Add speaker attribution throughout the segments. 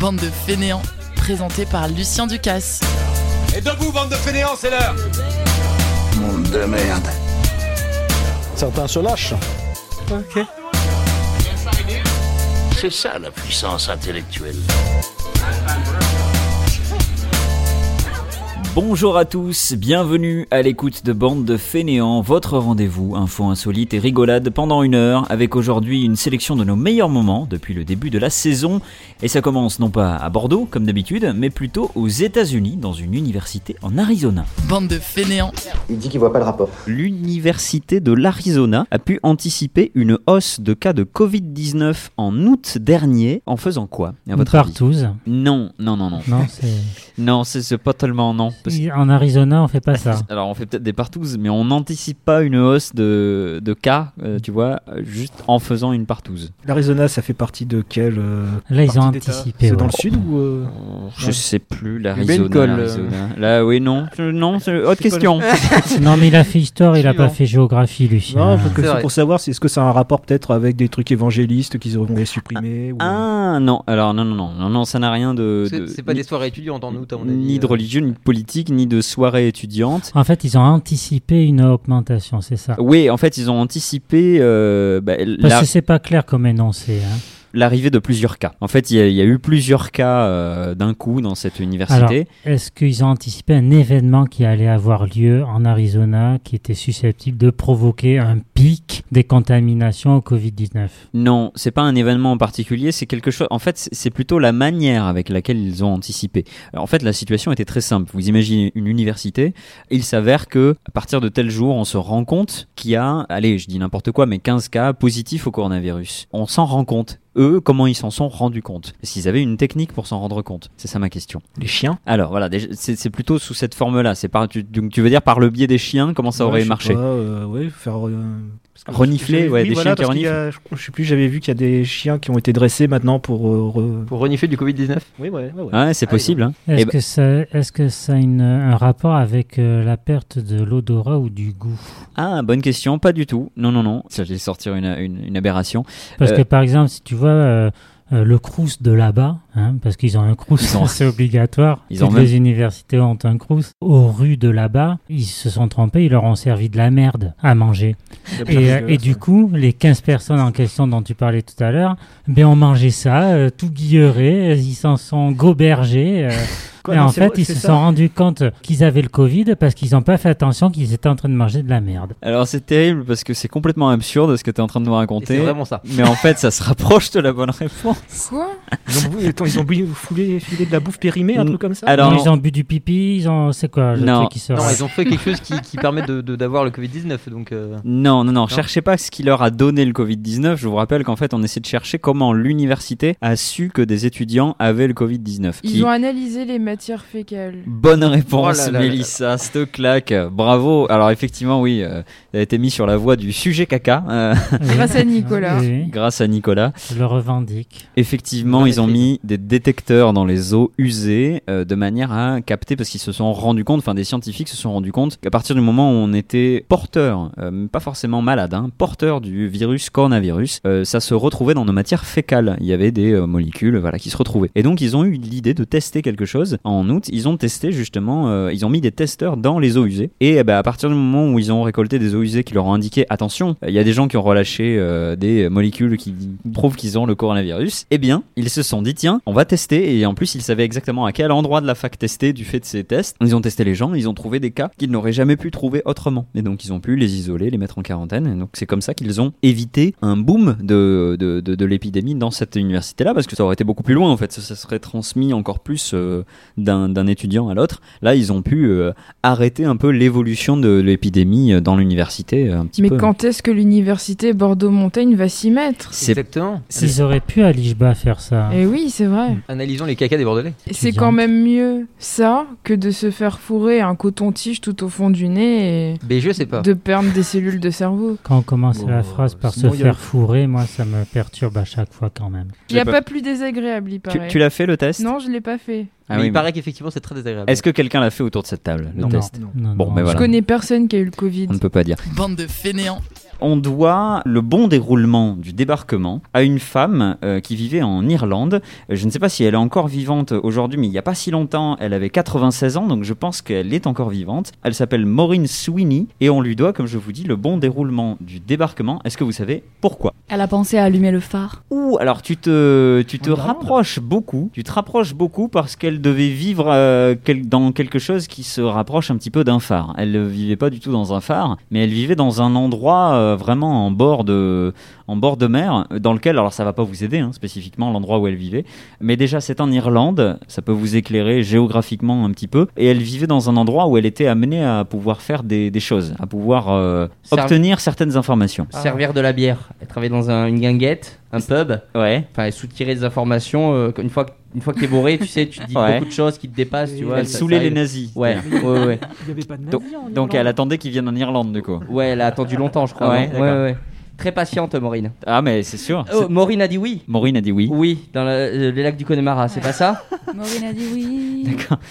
Speaker 1: Bande de fainéants, présenté par Lucien Ducasse.
Speaker 2: Et debout, bande de fainéants, c'est l'heure
Speaker 3: Monde de merde.
Speaker 4: Certains se lâchent.
Speaker 5: Ok.
Speaker 3: C'est ça la puissance intellectuelle.
Speaker 6: Bonjour à tous, bienvenue à l'écoute de Bande de Fainéants, votre rendez-vous info insolite et rigolade pendant une heure, avec aujourd'hui une sélection de nos meilleurs moments depuis le début de la saison. Et ça commence non pas à Bordeaux, comme d'habitude, mais plutôt aux États-Unis, dans une université en Arizona.
Speaker 1: Bande de fainéants,
Speaker 7: Il dit qu'il voit pas le rapport.
Speaker 6: L'université de l'Arizona a pu anticiper une hausse de cas de Covid-19 en août dernier, en faisant quoi à
Speaker 5: Une
Speaker 6: votre avis
Speaker 5: partouze.
Speaker 6: Non, non, non, non.
Speaker 5: Non, c'est.
Speaker 6: Non, c'est c'est pas tellement non. parce que-
Speaker 5: En Arizona, on fait pas ça.
Speaker 6: Alors on fait peut-être des partouzes, mais on n'anticipe pas une hausse de, de cas, euh, tu vois, euh, juste en faisant une partouze.
Speaker 8: L'Arizona, ça fait partie de quel euh,
Speaker 5: Là, ils ont
Speaker 8: partie d'État
Speaker 5: anticipé.
Speaker 8: C'est dans
Speaker 5: ouais.
Speaker 8: le sud ou euh,
Speaker 6: Je
Speaker 8: Ouais.
Speaker 6: sais plus,
Speaker 8: Ben
Speaker 6: l'Arizona.
Speaker 8: Cole, euh.
Speaker 6: l'Arizona. Là, oui, non. Je- Non, c'est autre
Speaker 8: C'est pas
Speaker 6: question.
Speaker 5: Non, mais il a fait histoire, il a
Speaker 8: Suivant.
Speaker 5: pas fait géographie, Lucien.
Speaker 8: Non, parce que
Speaker 7: C'est
Speaker 8: c'est
Speaker 7: vrai.
Speaker 8: pour savoir, c'est- est-ce que ça a un rapport peut-être avec des trucs évangélistes qu'ils auraient supprimés ou...
Speaker 6: Ah non, alors non, non, non, non, non, ça n'a rien de...
Speaker 7: C'est
Speaker 6: de-
Speaker 7: c'est pas
Speaker 6: ni-
Speaker 7: des soirées étudiantes en août, à mon avis. euh.
Speaker 6: Ni de religion, ni de politique, ni de soirée étudiante.
Speaker 5: En fait, ils ont anticipé une augmentation, c'est ça.
Speaker 6: Oui, en fait, ils ont anticipé euh, bah,
Speaker 5: Parce
Speaker 6: la-
Speaker 5: que c'est pas clair comme énoncé. hein.
Speaker 6: l'arrivée de plusieurs cas. En fait, il y, a- il y a eu plusieurs cas euh, d'un coup dans cette
Speaker 5: Alors,
Speaker 6: université.
Speaker 5: est-ce qu'ils ont anticipé un événement qui allait avoir lieu en Arizona qui était susceptible de provoquer un pic des contaminations au Covid-19
Speaker 6: Non, c'est pas un événement en particulier, c'est quelque chose. En fait, c'est- c'est plutôt la manière avec laquelle ils ont anticipé. Alors, en fait, la situation était très simple. Vous imaginez une université, et il s'avère que à partir de tel jour, on se rend compte qu'il y a, allez, je dis n'importe quoi, mais 15 cas positifs au coronavirus. On s'en rend compte. Eux, comment ils s'en sont rendus compte S'ils avaient une technique pour s'en rendre compte C'est ça ma question.
Speaker 8: Les chiens
Speaker 6: Alors voilà, déjà, c'est c'est plutôt sous cette forme-là. C'est par, tu, donc tu veux dire par le biais des chiens, comment ça
Speaker 8: Ouais,
Speaker 6: aurait
Speaker 8: je sais
Speaker 6: marché
Speaker 8: pas, euh, ouais, faire, euh, parce que-
Speaker 6: Renifler,
Speaker 8: j'avais-
Speaker 6: ouais,
Speaker 8: oui,
Speaker 6: des
Speaker 8: voilà,
Speaker 6: chiens qui
Speaker 8: parce qu'il y a- Je je sais plus, j'avais vu qu'il y a des chiens qui ont été dressés maintenant pour. euh, re-
Speaker 7: Pour renifler du Covid-19
Speaker 8: Oui, ouais, ouais, ouais.
Speaker 6: Ouais, c'est
Speaker 7: Ah,
Speaker 6: possible. hein.
Speaker 5: Est-ce
Speaker 6: Eh ben-
Speaker 5: que, ça, est-ce que ça a une- un rapport avec euh, la perte de l'odorat ou du goût
Speaker 6: Ah, bonne question, pas du tout. Non, non, non. Ça, J'allais sortir une, une, une aberration.
Speaker 5: Parce
Speaker 6: Euh,
Speaker 5: que par exemple, si tu vois euh, euh, le crous de là-bas, hein, parce qu'ils ont un crous,
Speaker 6: Ils ont-
Speaker 5: c'est obligatoire.
Speaker 6: Ils ont
Speaker 5: Toutes les universités ont un crous. Aux rues de là-bas, ils se sont trompés, ils leur ont servi de la merde à manger. Et, euh, et du coup, les 15 personnes en question dont tu parlais tout à l'heure, ben ont mangé ça, euh, tout guilleré, euh, ils s'en sont gobergés. euh,
Speaker 8: Quoi,
Speaker 5: et
Speaker 8: non,
Speaker 5: en
Speaker 8: c'est
Speaker 5: fait,
Speaker 8: vrai,
Speaker 5: ils
Speaker 8: c'est
Speaker 5: se
Speaker 8: ça.
Speaker 5: sont rendus compte qu'ils avaient le Covid parce qu'ils n'ont pas fait attention qu'ils étaient en train de manger de la merde.
Speaker 6: Alors, c'est terrible parce que c'est complètement absurde ce que tu es en train de nous
Speaker 7: Et C'est
Speaker 6: raconter.
Speaker 7: vraiment ça.
Speaker 6: Mais en fait, ça se rapproche de la bonne réponse.
Speaker 8: Ils ont, attends, ils ont bou- foulé, filé de la bouffe périmée, un
Speaker 6: Mm.
Speaker 8: truc comme ça
Speaker 6: Alors,
Speaker 5: ils ont bu du pipi, ils ont. C'est quoi le
Speaker 6: Non.
Speaker 5: truc qui sort
Speaker 7: Non, ils ont fait quelque chose qui, qui permet d'avoir de, d'avoir le Covid-19, donc... euh,
Speaker 6: Non, non, non, cherchez pas ce qui leur a donné le Covid-19. Je vous rappelle qu'en fait, on essaie de chercher comment l'université a su que des étudiants avaient le Covid-19.
Speaker 9: Ils
Speaker 6: Qui-
Speaker 9: ont analysé les matières fécales.
Speaker 6: Bonne réponse,
Speaker 7: Oh là là là
Speaker 6: Mélissa, cette claque. Bravo. Alors, effectivement, oui, euh, elle a été mise sur la voie du sujet caca euh,
Speaker 5: Oui.
Speaker 9: Grâce à Nicolas.
Speaker 5: Oui,
Speaker 6: grâce à Nicolas.
Speaker 5: je le revendique.
Speaker 6: Effectivement,
Speaker 7: Bon
Speaker 6: ils ont
Speaker 7: effet.
Speaker 6: mis des détecteurs dans les eaux usées euh, de manière à capter, parce qu'ils se sont rendus compte, enfin des scientifiques se sont rendus compte qu'à partir du moment où on était porteur, euh, pas forcément malade, hein, porteur du virus coronavirus, euh, ça se retrouvait dans nos matières fécales. Il y avait des euh, molécules voilà, qui se retrouvaient. Et donc ils ont eu l'idée de tester quelque chose. En août, ils ont testé justement, euh, ils ont mis des testeurs dans les eaux usées. Et eh ben, à partir du moment où ils ont récolté des eaux usées qui leur ont indiqué, attention, il y a des gens qui ont relâché euh, des molécules qui prouvent qu'ils ont le coronavirus, eh bien, ils se sont dit, tiens, on va tester. Et en plus, ils savaient exactement à quel endroit de la fac tester du fait de ces tests. Ils ont testé les gens, ils ont trouvé des cas qu'ils n'auraient jamais pu trouver autrement. Et donc, ils ont pu les isoler, les mettre en quarantaine. Et donc, c'est comme ça qu'ils ont évité un boom de, de, de- de l'épidémie dans cette université-là, parce que ça aurait été beaucoup plus loin, en fait. Ça, ça serait transmis encore plus euh, d'un d'un étudiant à l'autre. Là, ils ont pu euh, arrêter un peu l'évolution de l'épidémie euh, dans l'université, euh, un petit
Speaker 9: Mais
Speaker 6: peu.
Speaker 9: quand est-ce que l'université Bordeaux-Montaigne va s'y mettre
Speaker 6: C'est-
Speaker 7: Exactement.
Speaker 5: Ils auraient pu à Lijba faire
Speaker 6: Ah.
Speaker 5: ça.
Speaker 9: Eh oui, c'est vrai.
Speaker 7: Analysons les cacas des Bordelais.
Speaker 9: C'est quand même mieux ça que de se faire fourrer un coton-tige tout au fond du nez et
Speaker 7: Mais je sais pas.
Speaker 9: de perdre des cellules de cerveau.
Speaker 5: Quand on commence
Speaker 8: Bon, euh,
Speaker 5: la phrase par se
Speaker 8: sinon, il y a-
Speaker 5: faire fourrer, moi, ça me perturbe à chaque fois quand même.
Speaker 9: Il n'y a
Speaker 6: pas-
Speaker 9: pas... plus désagréable, il
Speaker 6: Tu,
Speaker 9: paraît.
Speaker 6: tu l'as fait le test
Speaker 9: Non, je l'ai pas fait.
Speaker 6: Ah
Speaker 7: mais
Speaker 6: oui,
Speaker 7: il paraît qu'effectivement, c'est très désagréable.
Speaker 6: Est-ce que quelqu'un l'a fait autour de cette table, le
Speaker 5: Non.
Speaker 6: test
Speaker 8: Non.
Speaker 5: Non,
Speaker 6: Bon,
Speaker 5: non.
Speaker 6: ben voilà.
Speaker 9: Je connais personne qui a eu le Covid.
Speaker 6: On ne peut pas dire.
Speaker 1: bande de fainéants,
Speaker 6: On doit le bon déroulement du débarquement à une femme euh, qui vivait en Irlande. Euh, Je ne sais pas si elle est encore vivante aujourd'hui, mais il n'y a pas si longtemps, elle avait 96 ans, donc je pense qu'elle est encore vivante. Elle s'appelle Maureen Sweeney et on lui doit, comme je vous dis, le bon déroulement du débarquement. Est-ce que vous savez pourquoi
Speaker 10: Elle a pensé à allumer le phare.
Speaker 6: Ouh, alors tu te, tu te
Speaker 5: En Irlande
Speaker 6: rapproches beaucoup. Tu te rapproches beaucoup parce qu'elle devait vivre euh, quel- dans quelque chose qui se rapproche un petit peu d'un phare. Elle ne vivait pas du tout dans un phare, mais elle vivait dans un endroit euh, vraiment en bord de, en bord de mer, euh, dans lequel, alors ça va pas vous aider hein, spécifiquement l'endroit où elle vivait, mais déjà c'est en Irlande, ça peut vous éclairer géographiquement un petit peu. Et elle vivait dans un endroit où elle était amenée à pouvoir faire des, des choses, à pouvoir euh,
Speaker 11: Serv-
Speaker 6: obtenir certaines informations.
Speaker 11: Ah. Servir de la bière. Elle travaillait dans un- une guinguette, un pub.
Speaker 6: Ouais.
Speaker 11: Enfin, elle soutirait des informations. euh, une fois que une fois que t'es bourré, tu sais, tu te dis
Speaker 6: Ouais.
Speaker 11: beaucoup de choses qui te dépassent, tu vois.
Speaker 6: elle
Speaker 11: ça- ça
Speaker 6: saoulait les
Speaker 11: arrive.
Speaker 6: nazis.
Speaker 11: Ouais, ouais, ouais.
Speaker 12: Il y avait pas de
Speaker 6: Donc, donc elle attendait qu'ils viennent en Irlande, du coup.
Speaker 11: Ouais, elle a attendu longtemps, je
Speaker 7: Ah
Speaker 11: crois.
Speaker 6: Ouais,
Speaker 11: non
Speaker 6: d'accord.
Speaker 11: ouais, ouais. Très patiente, Maureen.
Speaker 6: Ah, mais c'est sûr.
Speaker 11: Oh, Maureen a dit oui.
Speaker 6: Maureen a dit oui.
Speaker 11: Oui, dans la- euh, les lacs du Connemara, c'est pas ça
Speaker 10: Maureen a dit oui.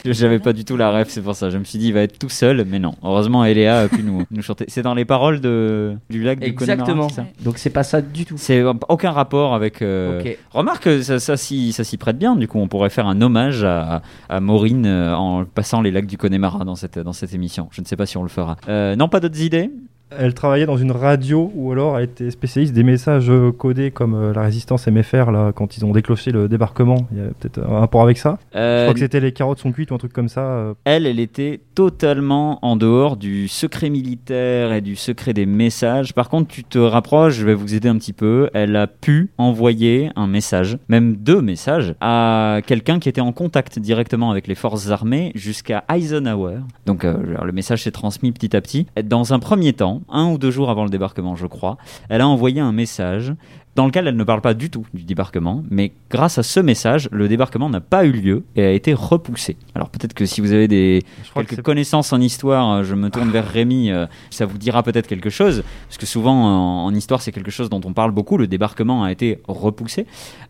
Speaker 6: J'avais pas du tout la rêve, c'est pour ça. Je me suis dit, il va être tout seul, mais non. Heureusement, Eléa a pu nous, nous chanter. C'est dans les paroles de, du lac du Connemara.
Speaker 11: Exactement.
Speaker 6: c'est ça
Speaker 11: Donc c'est pas ça du tout.
Speaker 6: C'est euh, aucun rapport avec. euh,
Speaker 11: Ok.
Speaker 6: Remarque, ça, ça, s'y- ça s'y prête bien. Du coup, on pourrait faire un hommage à, à Maureen euh, en passant les lacs du Connemara dans cette, dans cette émission. Je ne sais pas si on le fera. Euh, non, pas d'autres idées
Speaker 13: Euh, Elle travaillait dans une radio ou alors elle était spécialiste des messages euh, codés comme euh, la résistance MFR là, quand ils ont déclenché le débarquement. Il y a peut-être un rapport avec ça.
Speaker 6: Euh,
Speaker 13: Je crois que c'était les carottes sont cuites ou un truc comme ça. euh.
Speaker 6: Elle, elle était totalement en dehors du secret militaire et du secret des messages. Par contre, tu te rapproches, je vais vous aider un petit peu. Elle a pu envoyer un message, même deux messages, à quelqu'un qui était en contact directement avec les forces armées jusqu'à Eisenhower. Donc euh, le message s'est transmis petit à petit. Dans un premier temps, un ou deux jours avant le débarquement, je crois, elle a envoyé un message dans lequel elle ne parle pas du tout du débarquement, mais grâce à ce message, le débarquement n'a pas eu lieu et a été repoussé. Alors peut-être que si vous avez des
Speaker 13: crois que
Speaker 6: quelques
Speaker 13: c'est-
Speaker 6: connaissances en histoire, euh, je me tourne vers Rémi, euh, ça vous dira peut-être quelque chose, parce que souvent en, en histoire c'est quelque chose dont on parle beaucoup, le débarquement a été repoussé,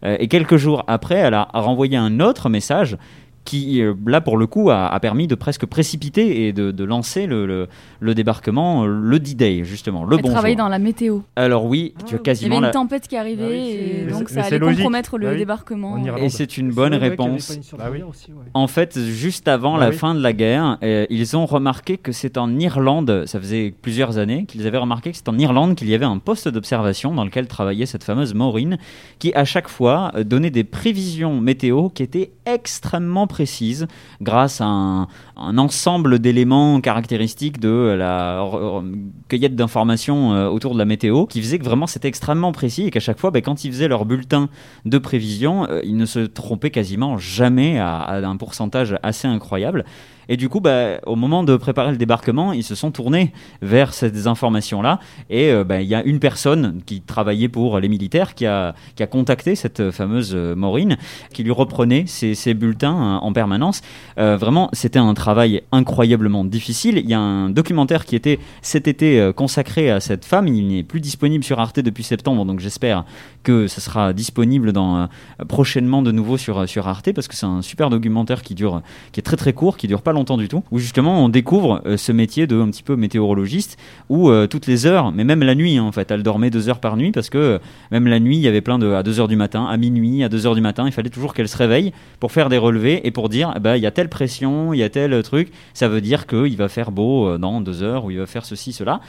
Speaker 6: Euh, et quelques jours après, elle a renvoyé un autre message qui, euh, là, pour le coup, a, a permis de presque précipiter et de, de lancer le, le- le débarquement, euh, le D-Day, justement, le
Speaker 10: elle
Speaker 6: bon
Speaker 10: travaillait dans la météo.
Speaker 6: Alors oui, tu as
Speaker 10: Il y avait
Speaker 6: quasiment
Speaker 10: une
Speaker 6: la...
Speaker 10: tempête qui arrivait et
Speaker 13: Mais
Speaker 10: donc
Speaker 13: Bah c'est-
Speaker 10: ça
Speaker 13: mais
Speaker 10: allait
Speaker 13: c'est logique.
Speaker 10: compromettre le
Speaker 13: Bah oui.
Speaker 10: débarquement.
Speaker 13: En Irlande.
Speaker 6: Et c'est une bonne
Speaker 13: vrai qu'il y avait
Speaker 6: réponse.
Speaker 13: pas une
Speaker 8: Bah
Speaker 13: surveillance aussi, ouais.
Speaker 6: En fait, juste avant
Speaker 13: Bah
Speaker 6: la
Speaker 13: oui.
Speaker 6: fin de la guerre, euh, ils ont remarqué que c'est en Irlande, ça faisait plusieurs années qu'ils avaient remarqué que c'est en Irlande qu'il y avait un poste d'observation dans lequel travaillait cette fameuse Maureen, qui à chaque fois euh, donnait des prévisions météo qui étaient extrêmement précises grâce à un, un ensemble d'éléments caractéristiques de euh, la re- re- cueillette d'informations euh, autour de la météo, qui faisait que vraiment c'était extrêmement précis et qu'à chaque fois, ben, quand ils faisaient leur bulletin de prévision, euh, ils ne se trompaient quasiment jamais à, à un pourcentage assez incroyable. Et du coup, bah, au moment de préparer le débarquement, ils se sont tournés vers ces informations-là. Et euh, bah, il y a une personne qui travaillait pour les militaires qui a, qui a contacté cette fameuse euh, Maureen, qui lui reprenait ses, ses bulletins euh, en permanence. Euh, vraiment, c'était un travail incroyablement difficile. Il y a un documentaire qui était cet été euh, consacré à cette femme. Il n'est plus disponible sur Arte depuis septembre, donc j'espère que ça sera disponible dans, euh, prochainement de nouveau sur, euh, sur Arte, parce que c'est un super documentaire qui dure, euh, qui est très très court, qui dure pas longtemps du tout, où justement on découvre euh, ce métier de un petit peu météorologiste, où euh, toutes les heures, mais même la nuit hein, en fait, elle dormait deux heures par nuit, parce que euh, même la nuit, il y avait plein de à 2 heures du matin, à minuit, à 2 heures du matin, il fallait toujours qu'elle se réveille pour faire des relevés et pour dire, eh ben, il y a telle pression, il y a tel euh, truc, ça veut dire qu'il va faire beau euh, dans deux heures, ou il va faire ceci, cela.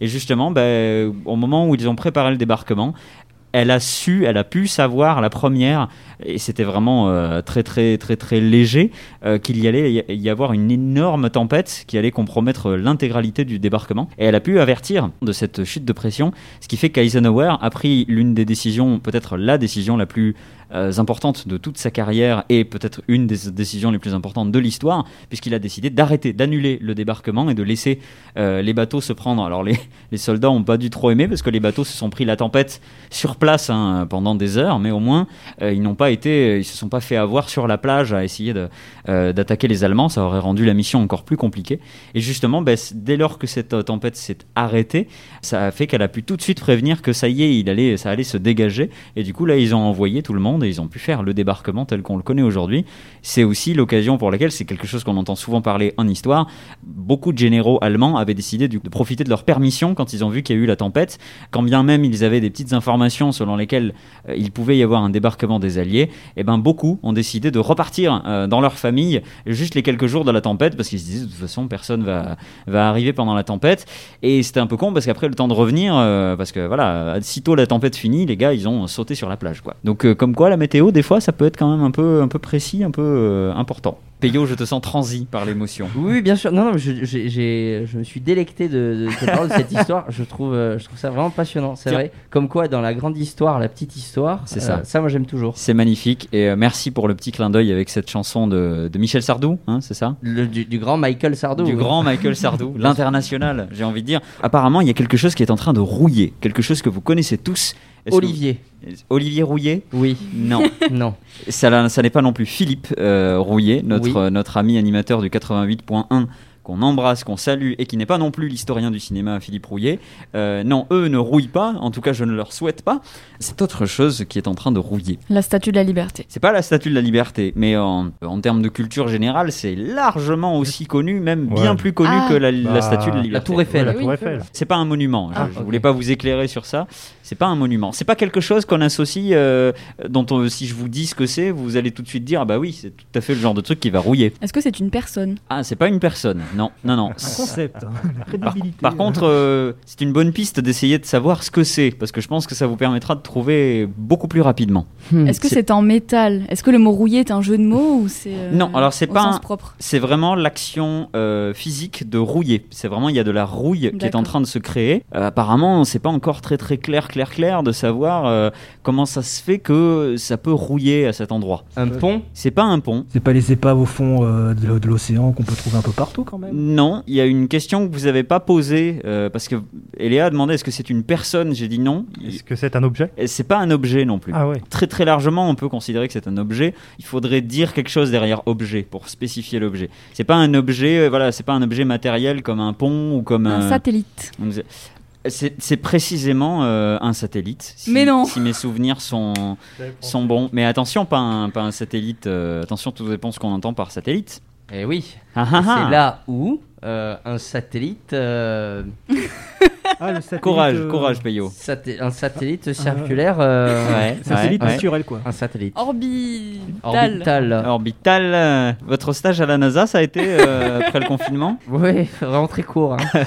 Speaker 6: Et justement, ben, au moment où ils ont préparé le débarquement, elle a su, elle a pu savoir la première, et c'était vraiment euh, très très très très léger, euh, qu'il y allait y- y avoir une énorme tempête qui allait compromettre euh, l'intégralité du débarquement. Et elle a pu avertir de cette chute de pression, ce qui fait qu'Eisenhower a pris l'une des décisions, peut-être la décision la plus euh, importante de toute sa carrière et peut-être une des décisions les plus importantes de l'histoire, puisqu'il a décidé d'arrêter, d'annuler le débarquement et de laisser euh, les bateaux se prendre. Alors les, les soldats n'ont pas dû trop aimer parce que les bateaux se sont pris la tempête sur place hein, pendant des heures, mais au moins euh, ils n'ont pas été, ils se sont pas fait avoir sur la plage à essayer de, euh, d'attaquer les Allemands. Ça aurait rendu la mission encore plus compliquée. Et justement, ben, c- dès lors que cette euh, tempête s'est arrêtée, ça a fait qu'elle a pu tout de suite prévenir que ça y est, il allait, ça allait se dégager. Et du coup là, ils ont envoyé tout le monde monde et ils ont pu faire le débarquement tel qu'on le connaît aujourd'hui. C'est aussi l'occasion pour laquelle c'est quelque chose qu'on entend souvent parler en histoire. Beaucoup de généraux allemands avaient décidé de de profiter de leur permission quand ils ont vu qu'il y a eu la tempête, quand bien même ils avaient des petites informations selon lesquelles euh, il pouvait y avoir un débarquement des Alliés, et ben beaucoup ont décidé de repartir euh, dans leur famille juste les quelques jours de la tempête parce qu'ils se disaient de toute façon personne va va arriver pendant la tempête et c'était un peu con parce qu'après le temps de revenir euh, parce que voilà sitôt la tempête finie les gars ils ont sauté sur la plage quoi. Donc euh, comme quoi la météo des fois ça peut être quand même un peu un peu précis, un peu euh, important. Peyo, je te sens transi par l'émotion.
Speaker 11: Oui, oui, bien sûr. Non, non, mais je, j'ai- j'ai- je me suis délecté de, de ces paroles, de cette histoire. Je trouve, euh, je trouve ça vraiment passionnant. C'est
Speaker 6: Tiens.
Speaker 11: vrai. Comme quoi, dans la grande histoire, la petite histoire,
Speaker 6: C'est ça.
Speaker 11: euh, ça, moi, j'aime toujours.
Speaker 6: C'est magnifique et euh, merci pour le petit clin d'œil avec cette chanson de, de Michel Sardou, hein, c'est ça
Speaker 11: du, grand Michael Sardou.
Speaker 6: Du
Speaker 11: oui.
Speaker 6: grand Michael Sardou, l'international, j'ai envie de dire. Apparemment, il y a quelque chose qui est en train de rouiller, quelque chose que vous connaissez tous. Est-ce que
Speaker 11: Olivier.
Speaker 6: vous- Olivier Rouillet
Speaker 11: Oui.
Speaker 6: Non.
Speaker 11: non.
Speaker 6: Ça, l'a- ça n'est pas non plus Philippe euh, Rouillet, notre,
Speaker 11: Oui.
Speaker 6: euh, notre ami animateur du 88.1 qu'on embrasse, qu'on salue et qui n'est pas non plus l'historien du cinéma Philippe Rouillet. Euh, non, eux ne rouillent pas, en tout cas je ne leur souhaite pas. C'est autre chose qui est en train de rouiller.
Speaker 10: La statue de la liberté.
Speaker 6: C'est pas la statue de la liberté, mais en, en termes de culture générale, c'est largement aussi connu, même bien
Speaker 13: Ouais.
Speaker 6: plus connu
Speaker 10: Ah.
Speaker 6: que la, la
Speaker 13: Bah,
Speaker 6: statue de la
Speaker 13: la
Speaker 6: liberté.
Speaker 11: Tour Eiffel.
Speaker 13: la Tour Eiffel.
Speaker 6: C'est pas un monument. Je, je voulais pas vous éclairer sur ça. C'est pas un monument. C'est pas quelque chose qu'on associe, euh, dont on- si je vous dis ce que c'est, vous allez tout de suite dire ah bah oui, c'est tout à fait le genre de truc qui va rouiller.
Speaker 10: Est-ce que c'est une personne
Speaker 6: Ah, c'est pas une personne. Non, non, non.
Speaker 13: Ah,
Speaker 8: Un concept. hein, la
Speaker 6: Par,
Speaker 8: crédibilité.
Speaker 6: par contre, euh, c'est une bonne piste d'essayer de savoir ce que c'est, parce que je pense que ça vous permettra de trouver beaucoup plus rapidement.
Speaker 10: Est-ce que
Speaker 6: C'est-
Speaker 10: c'est en métal Est-ce que le mot rouillé est un jeu de mots ou c'est euh,
Speaker 6: Non, alors c'est
Speaker 10: au
Speaker 6: pas
Speaker 10: sens
Speaker 6: un-
Speaker 10: propre
Speaker 6: C'est vraiment l'action euh, physique de rouiller. C'est vraiment il y a de la rouille qui est
Speaker 10: D'accord.
Speaker 6: en train de se créer. Euh, apparemment, c'est pas encore très très clair clair clair de savoir euh, comment ça se fait que ça peut rouiller à cet endroit.
Speaker 11: Un pont.
Speaker 6: C'est pas un pont.
Speaker 8: C'est pas les épaves au fond euh, de, l'o- de l'océan qu'on peut trouver un peu partout quand même.
Speaker 6: Non, il y a une question que vous avez pas posée euh, parce que Eléa a demandé est-ce que c'est une personne. J'ai dit non.
Speaker 13: Est-ce que c'est un objet
Speaker 6: Et C'est pas un objet non plus.
Speaker 13: Ah ouais.
Speaker 6: Très très largement, on peut considérer que c'est un objet. Il faudrait dire quelque chose derrière objet pour spécifier l'objet. C'est pas un objet, euh, voilà, c'est pas un objet matériel comme un pont ou
Speaker 9: Ah,
Speaker 6: comme
Speaker 10: Un
Speaker 6: un-
Speaker 10: satellite.
Speaker 6: on nous a- C'est c'est précisément euh, un satellite. Si,
Speaker 10: Mais non.
Speaker 6: Si mes souvenirs sont, sont bons. Mais attention, pas un, pas un satellite. euh, attention, tout dépend ce qu'on entend par satellite.
Speaker 11: Eh oui.
Speaker 6: Ah, ah, ah.
Speaker 11: C'est là où euh, un satellite, euh,
Speaker 8: Ah, le satellite,
Speaker 6: Courage,
Speaker 8: euh,
Speaker 6: courage, Payot.
Speaker 11: saté- un satellite circulaire. euh,
Speaker 6: Oh. Ouais,
Speaker 8: Satellite
Speaker 6: ouais, ouais.
Speaker 8: naturel quoi.
Speaker 11: Un satellite.
Speaker 10: Orbital.
Speaker 11: Orbital.
Speaker 6: Orbital. euh, votre stage à la NASA, ça a été euh, après le confinement
Speaker 11: Oui, vraiment très court. hein.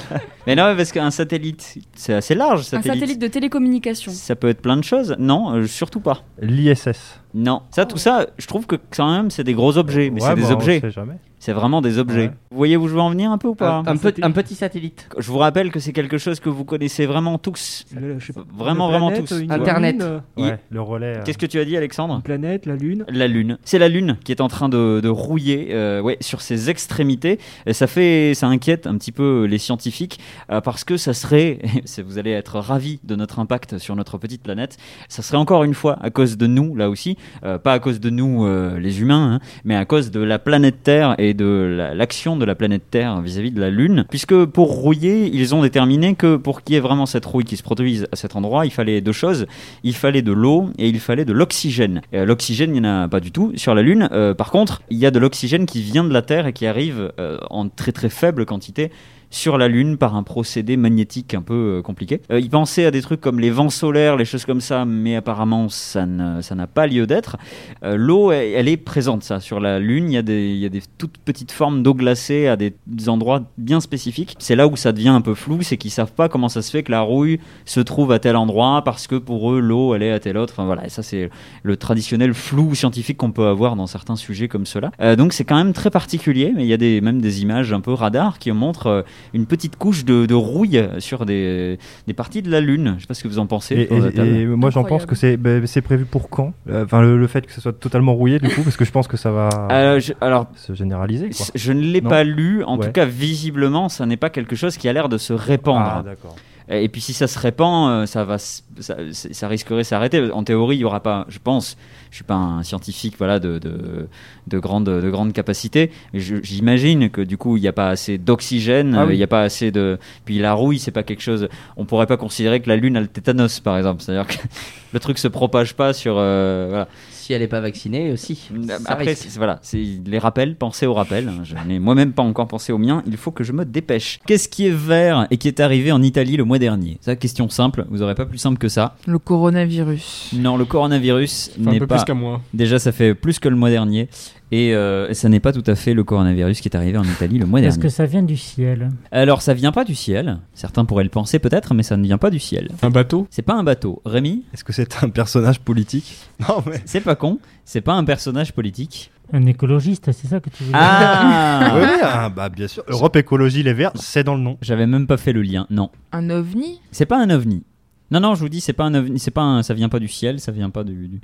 Speaker 6: Mais non, parce qu'un satellite, c'est assez large,
Speaker 10: Un
Speaker 6: satellite.
Speaker 10: satellite de télécommunication.
Speaker 6: Ça peut être plein de choses. Non, euh, surtout pas.
Speaker 13: L'ISS.
Speaker 6: Non. Ça, tout ça, je trouve que quand même, c'est des gros objets. Mais
Speaker 13: Ouais,
Speaker 6: c'est
Speaker 13: bah,
Speaker 6: des
Speaker 13: on
Speaker 6: objets.
Speaker 13: sait jamais.
Speaker 6: C'est vraiment des objets.
Speaker 13: Ouais.
Speaker 6: Vous voyez où je veux en venir un peu ou pas
Speaker 11: un, un petit- un petit satellite.
Speaker 6: Je vous rappelle que c'est quelque chose que vous connaissez vraiment tous.
Speaker 8: Le- je sais pas,
Speaker 6: Vraiment,
Speaker 8: une
Speaker 6: vraiment
Speaker 8: planète,
Speaker 6: tous.
Speaker 8: une
Speaker 11: Internet.
Speaker 8: lune, euh,
Speaker 6: Il-
Speaker 13: Ouais, le relais. euh,
Speaker 6: Qu'est-ce que tu as dit, Alexandre
Speaker 8: Une planète, la lune.
Speaker 6: la lune, c'est la lune qui est en train de, de rouiller, euh, ouais, sur ses extrémités. Et ça fait, ça inquiète un petit peu les scientifiques euh, parce que ça serait, c'est- vous allez être ravis de notre impact sur notre petite planète. Ça serait encore une fois à cause de nous, là aussi, euh, pas à cause de nous euh, les humains, hein, mais à cause de la planète Terre et de la- l'action de la planète Terre vis-à-vis de la Lune, puisque pour rouiller, ils ont déterminé que pour qu'il y ait vraiment cette rouille qui se produise à cet endroit, il fallait deux choses, il fallait de l'eau et il fallait de l'oxygène. Euh, l'oxygène, il n'y en a pas du tout sur la Lune, Euh, par contre, il y a de l'oxygène qui vient de la Terre et qui arrive euh, en très très faible quantité sur la Lune par un procédé magnétique un peu euh, compliqué. Euh, ils pensaient à des trucs comme les vents solaires, les choses comme ça, mais apparemment ça ne- ça n'a pas lieu d'être. Euh, L'eau, elle, elle est présente, ça. Sur la Lune, il y a des, il y a des toutes petites formes d'eau glacée à des, des endroits bien spécifiques. C'est là où ça devient un peu flou, c'est qu'ils savent pas comment ça se fait que la rouille se trouve à tel endroit parce que pour eux, l'eau, elle est à tel autre. Enfin voilà, et ça, c'est le traditionnel flou scientifique qu'on peut avoir dans certains sujets comme cela. Euh, donc c'est quand même très particulier, mais il y a des, même des images un peu radar qui montrent euh, une petite couche de, de rouille sur des, des parties de la Lune. Je sais pas ce que vous en pensez.
Speaker 13: Et,
Speaker 6: autour de la
Speaker 13: et-
Speaker 6: table.
Speaker 13: et moi j'en
Speaker 10: Incroyable.
Speaker 13: pense que c'est bah, c'est prévu pour quand Euh, Enfin le, le fait que ce soit totalement rouillé du coup parce que je pense que ça va
Speaker 6: Euh, je- alors
Speaker 13: se généraliser. Quoi.
Speaker 6: Je ne l'ai
Speaker 13: Non
Speaker 6: pas lu, en
Speaker 13: Ouais. Ah.
Speaker 6: tout cas visiblement, ça n'est pas hein. quelque chose qui a l'air de se répandre.
Speaker 13: d'accord.
Speaker 6: Et puis si ça se répand, euh, ça va, s- ça, c'est- ça risquerait de s'arrêter. En théorie, il y aura pas, je pense, je suis pas un scientifique, voilà, de de, de grande de grande capacité. mais je- J'imagine que du coup, il n'y a pas assez d'oxygène,
Speaker 8: Ah
Speaker 6: euh, il
Speaker 8: oui.
Speaker 6: n'y a pas assez de. Puis la rouille, c'est pas quelque chose. On pourrait pas considérer que la Lune a le tétanos, par exemple. C'est-à-dire que le truc se propage pas sur. euh, voilà.
Speaker 11: Si elle n'est pas vaccinée aussi.
Speaker 6: Bah, Après, c'est- voilà, c'est les rappels, pensez aux rappels. hein. Je n'ai moi-même pas encore pensé aux miens, il faut que je me dépêche. Qu'est-ce qui est vert et qui est arrivé en Italie le mois dernier Ça, question simple, vous n'aurez pas plus simple que ça.
Speaker 9: Le coronavirus.
Speaker 6: Non, le coronavirus
Speaker 12: fait un
Speaker 6: n'est
Speaker 12: peu
Speaker 6: pas.
Speaker 12: plus qu'un mois.
Speaker 6: Déjà, ça fait plus que le mois dernier. Et euh, ça n'est pas tout à fait le coronavirus qui est arrivé en Italie le mois
Speaker 5: Est-ce
Speaker 6: dernier.
Speaker 5: que ça vient du ciel
Speaker 6: Alors, ça vient pas du ciel. Certains pourraient le penser peut-être, mais ça ne vient pas du ciel.
Speaker 12: Un bateau
Speaker 6: C'est pas un bateau. Rémi
Speaker 13: Est-ce que c'est un personnage politique
Speaker 6: Non, mais. C'est pas con. C'est pas un personnage politique.
Speaker 5: Un écologiste, c'est ça que tu veux dire
Speaker 6: Ah
Speaker 13: Oui, oui, ah, bah, bien sûr. Europe Écologie Les Verts, c'est dans le nom.
Speaker 6: J'avais même pas fait le lien, non.
Speaker 9: Un ovni
Speaker 6: C'est pas un ovni. Non, non, je vous dis, c'est pas un ovni. C'est pas un- ça vient pas du ciel, ça vient pas du. du-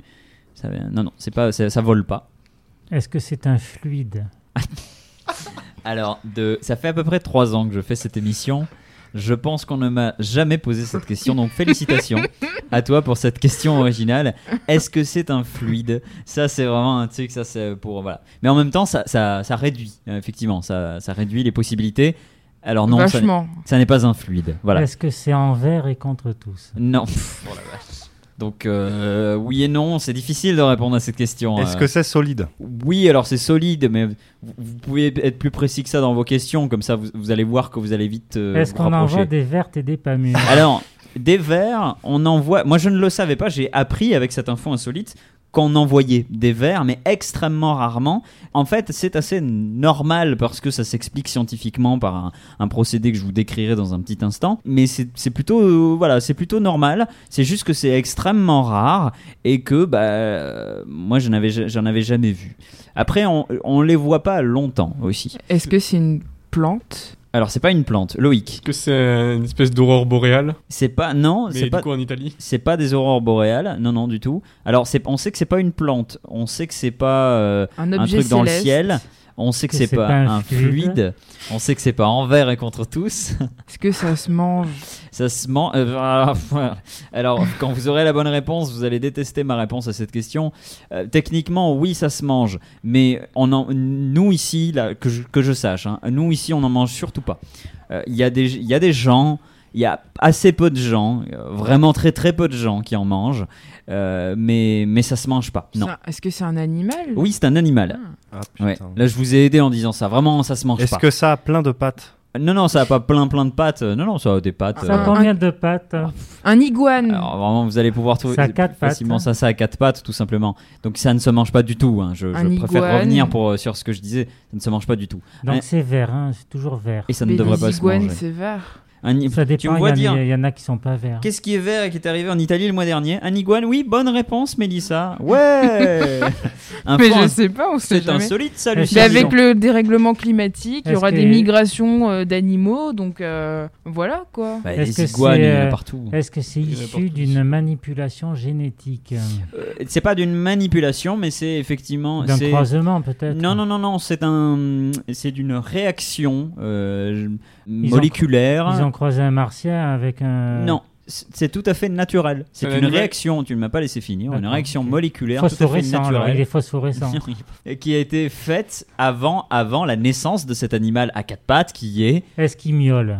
Speaker 6: ça vient- non, non, c'est pas, ça, ça vole pas.
Speaker 5: Est-ce que c'est un fluide
Speaker 6: Alors, de, ça fait à peu près trois ans que je fais cette émission. Je pense qu'on ne m'a jamais posé cette question, donc félicitations à toi pour cette question originale. Est-ce que c'est un fluide Ça, c'est vraiment un truc, ça, c'est pour. Voilà. Mais en même temps, ça, ça, ça réduit, euh, effectivement, ça, ça réduit les possibilités. Alors, non, ça n'est-
Speaker 5: Vachement.
Speaker 6: ça n'est pas un fluide. Voilà.
Speaker 5: Est-ce que c'est envers et contre tous
Speaker 6: Non. Donc euh, oui et non, c'est difficile de répondre à cette question.
Speaker 13: Est-ce
Speaker 6: Euh,
Speaker 13: que c'est solide
Speaker 6: Oui, alors c'est solide, mais vous, vous pouvez être plus précis que ça dans vos questions, comme ça vous, vous allez voir que vous allez vite. euh,
Speaker 5: Est-ce
Speaker 6: vous
Speaker 5: qu'on envoie
Speaker 6: rapprocher. Euh.
Speaker 5: des vertes et des pas mûres
Speaker 6: Alors des vers, on envoie. Moi je ne le savais pas, j'ai appris avec cette info insolite qu'on envoyait des vers, mais extrêmement rarement. En fait, c'est assez normal parce que ça s'explique scientifiquement par un, un procédé que je vous décrirai dans un petit instant. Mais c'est c'est plutôt, euh, voilà, c'est plutôt normal. C'est juste que c'est extrêmement rare et que, bah, euh, moi, je n'avais ja- j'en avais jamais vu. Après, on, on les voit pas longtemps aussi.
Speaker 9: Est-ce que c'est une plante
Speaker 6: Alors, c'est pas une plante, Loïc. Est-ce
Speaker 12: que c'est une espèce d'aurore boréale
Speaker 6: C'est pas, non,
Speaker 12: Mais
Speaker 6: c'est
Speaker 12: du
Speaker 6: pas.
Speaker 12: coup, en Italie
Speaker 6: C'est pas des aurores boréales, non, non, du tout. Alors, c'est, on sait que c'est pas une plante, on sait que c'est pas euh,
Speaker 9: Un objet
Speaker 6: truc dans le
Speaker 9: céleste.
Speaker 6: ciel, on sait que, c'est, pas, un fluide.
Speaker 9: fluide.
Speaker 6: on sait que c'est pas envers et contre tous.
Speaker 9: Est-ce que ça se mange
Speaker 6: Ça se ment. alors, quand vous aurez la bonne réponse, vous allez détester ma réponse à cette question. Euh, techniquement, oui, ça se mange, mais on en- nous ici, là, que, je, que je sache, hein, nous ici, on en mange surtout pas. Euh, Il y, a des- il y a des gens. Il y a assez peu de gens, euh, vraiment très très peu de gens qui en mangent, euh, mais, mais ça se mange pas. Non.
Speaker 9: C'est un- Est-ce que c'est un animal
Speaker 6: Oui, c'est un animal.
Speaker 5: Ah.
Speaker 6: Ouais. Là, je vous ai aidé en disant ça. Vraiment, ça se mange
Speaker 13: Ah, Est-ce
Speaker 6: pas.
Speaker 13: que ça a plein de pattes
Speaker 6: Non, non, ça a pas plein plein de pattes. Non, non, ça a des pattes.
Speaker 5: Ah, Ça
Speaker 6: euh,
Speaker 5: a combien de pattes
Speaker 6: Ah.
Speaker 9: Un iguane
Speaker 6: Alors vraiment, vous allez pouvoir trouver
Speaker 5: Ça a quatre pattes,
Speaker 6: facilement
Speaker 5: hein.
Speaker 6: ça, ça à quatre pattes, tout simplement. Donc ça ne se mange pas du tout. hein. Je, je
Speaker 5: Un
Speaker 6: préfère
Speaker 5: iguane.
Speaker 6: revenir pour, euh, sur ce que je disais. Ça ne se mange pas du tout.
Speaker 5: Donc
Speaker 6: Un-
Speaker 5: c'est vert, hein, c'est toujours vert.
Speaker 6: Et ça ne Mais devrait les pas se iguanes, manger.
Speaker 9: c'est vert.
Speaker 6: Un-
Speaker 5: Ça
Speaker 6: tu
Speaker 5: dépend,
Speaker 6: me
Speaker 5: il
Speaker 6: vois
Speaker 5: y en a-
Speaker 6: dire-
Speaker 5: il y, en a qui sont pas verts.
Speaker 6: Qu'est-ce qui est vert et qui est arrivé en Italie le mois dernier Un iguane, oui, bonne réponse, Mélissa. Ouais
Speaker 9: Mais
Speaker 6: point.
Speaker 9: je sais pas, on sait
Speaker 6: C'est
Speaker 9: jamais.
Speaker 6: insolite, ça,
Speaker 9: Mais
Speaker 6: Lucie.
Speaker 9: avec le dérèglement climatique, il y
Speaker 6: Est-ce
Speaker 9: aura
Speaker 6: que-
Speaker 9: des migrations euh, d'animaux, donc euh, voilà quoi.
Speaker 6: Bah,
Speaker 5: Est-ce
Speaker 6: les
Speaker 5: que
Speaker 6: iguanes, il y en a
Speaker 5: c'est, euh,
Speaker 6: partout.
Speaker 5: Est-ce que c'est
Speaker 6: Il y en a
Speaker 5: issu d'une manipulation génétique
Speaker 6: Euh, c'est pas d'une manipulation, mais c'est effectivement.
Speaker 5: D'un
Speaker 6: c'est-
Speaker 5: croisement, peut-être.
Speaker 6: Non, non, non, non. C'est un, c'est d'une réaction euh,
Speaker 5: Ils ont-
Speaker 6: moléculaire.
Speaker 5: ils ont euh, croisé un martien avec un.
Speaker 6: Non, c'est c'est tout à fait naturel. C'est
Speaker 5: Un
Speaker 6: une
Speaker 5: animal
Speaker 6: réaction, tu ne m'as pas laissé finir, une
Speaker 5: D'accord,
Speaker 6: réaction
Speaker 5: ok.
Speaker 6: moléculaire tout à fait
Speaker 5: Phosphorescent, alors,
Speaker 6: naturelle.
Speaker 5: il est phosphorescent.
Speaker 6: Et qui a été faite avant, avant la naissance de cet animal à quatre pattes qui est.
Speaker 5: Est-ce qu'il miaule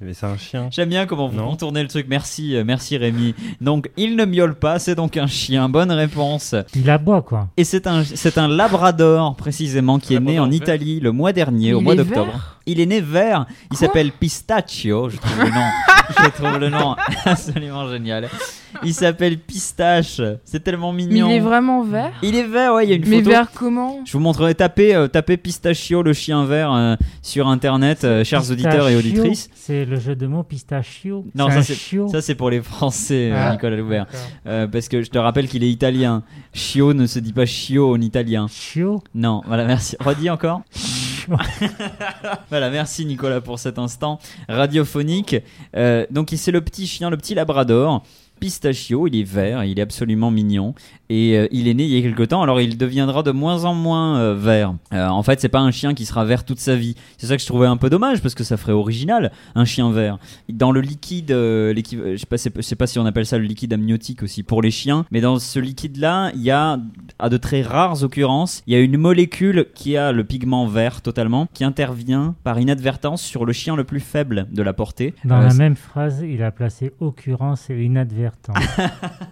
Speaker 13: Mais c'est un chien.
Speaker 6: J'aime bien comment vous contournez le truc. Merci, euh, merci Rémi. Donc, il ne miaule pas, c'est donc un chien. Bonne réponse.
Speaker 5: Il aboie, quoi.
Speaker 6: Et c'est un, c'est un labrador précisément qui est né en Italie le mois dernier, au
Speaker 5: Il
Speaker 6: mois
Speaker 5: est
Speaker 6: d'octobre.
Speaker 5: vert
Speaker 6: Il est né vert. Il s'appelle Pistachio. Je trouve le nom, je trouve le nom absolument génial. Il s'appelle Pistache. C'est tellement
Speaker 9: Mais
Speaker 6: mignon.
Speaker 9: il est vraiment vert
Speaker 6: Il est vert, ouais, il y a une
Speaker 9: Mais
Speaker 6: photo.
Speaker 9: vert comment
Speaker 6: Je vous montrerai taper, euh, taper Pistachio le chien vert euh, sur internet, euh, chers auditeurs et
Speaker 5: Pistachio,
Speaker 6: auditrices.
Speaker 5: C'est le jeu de mots pistachio.
Speaker 6: Non,
Speaker 5: C'est
Speaker 6: ça
Speaker 5: un
Speaker 6: c'est,
Speaker 5: chiot.
Speaker 6: ça c'est pour les Français, euh,
Speaker 5: Ah,
Speaker 6: Nicolas Loubert. Euh, parce que je te rappelle qu'il est italien. Chio ne se dit pas chio en italien.
Speaker 5: Chio
Speaker 6: Non, voilà, merci. Redis encore. voilà, merci Nicolas pour cet instant radiophonique. Euh, donc c'est le petit chien, le petit labrador. pistachio, il est vert, il est absolument mignon et euh, il est né il y a quelque temps. Alors il deviendra de moins en moins euh, vert. Euh, en fait, c'est pas un chien qui sera vert toute sa vie. C'est ça que je trouvais un peu dommage parce que ça ferait original un chien vert. Dans le liquide, euh, l'équiv- euh, je sais pas, c'est- je sais pas si on appelle ça le liquide amniotique aussi pour les chiens, mais dans ce liquide-là, il y a à de très rares occurrences, il y a une molécule qui a le pigment vert totalement, qui intervient par inadvertance sur le chien le plus faible de la portée.
Speaker 5: Dans
Speaker 6: Euh,
Speaker 5: la
Speaker 6: c'est-
Speaker 5: même phrase, il a placé occurrence et inadvertance.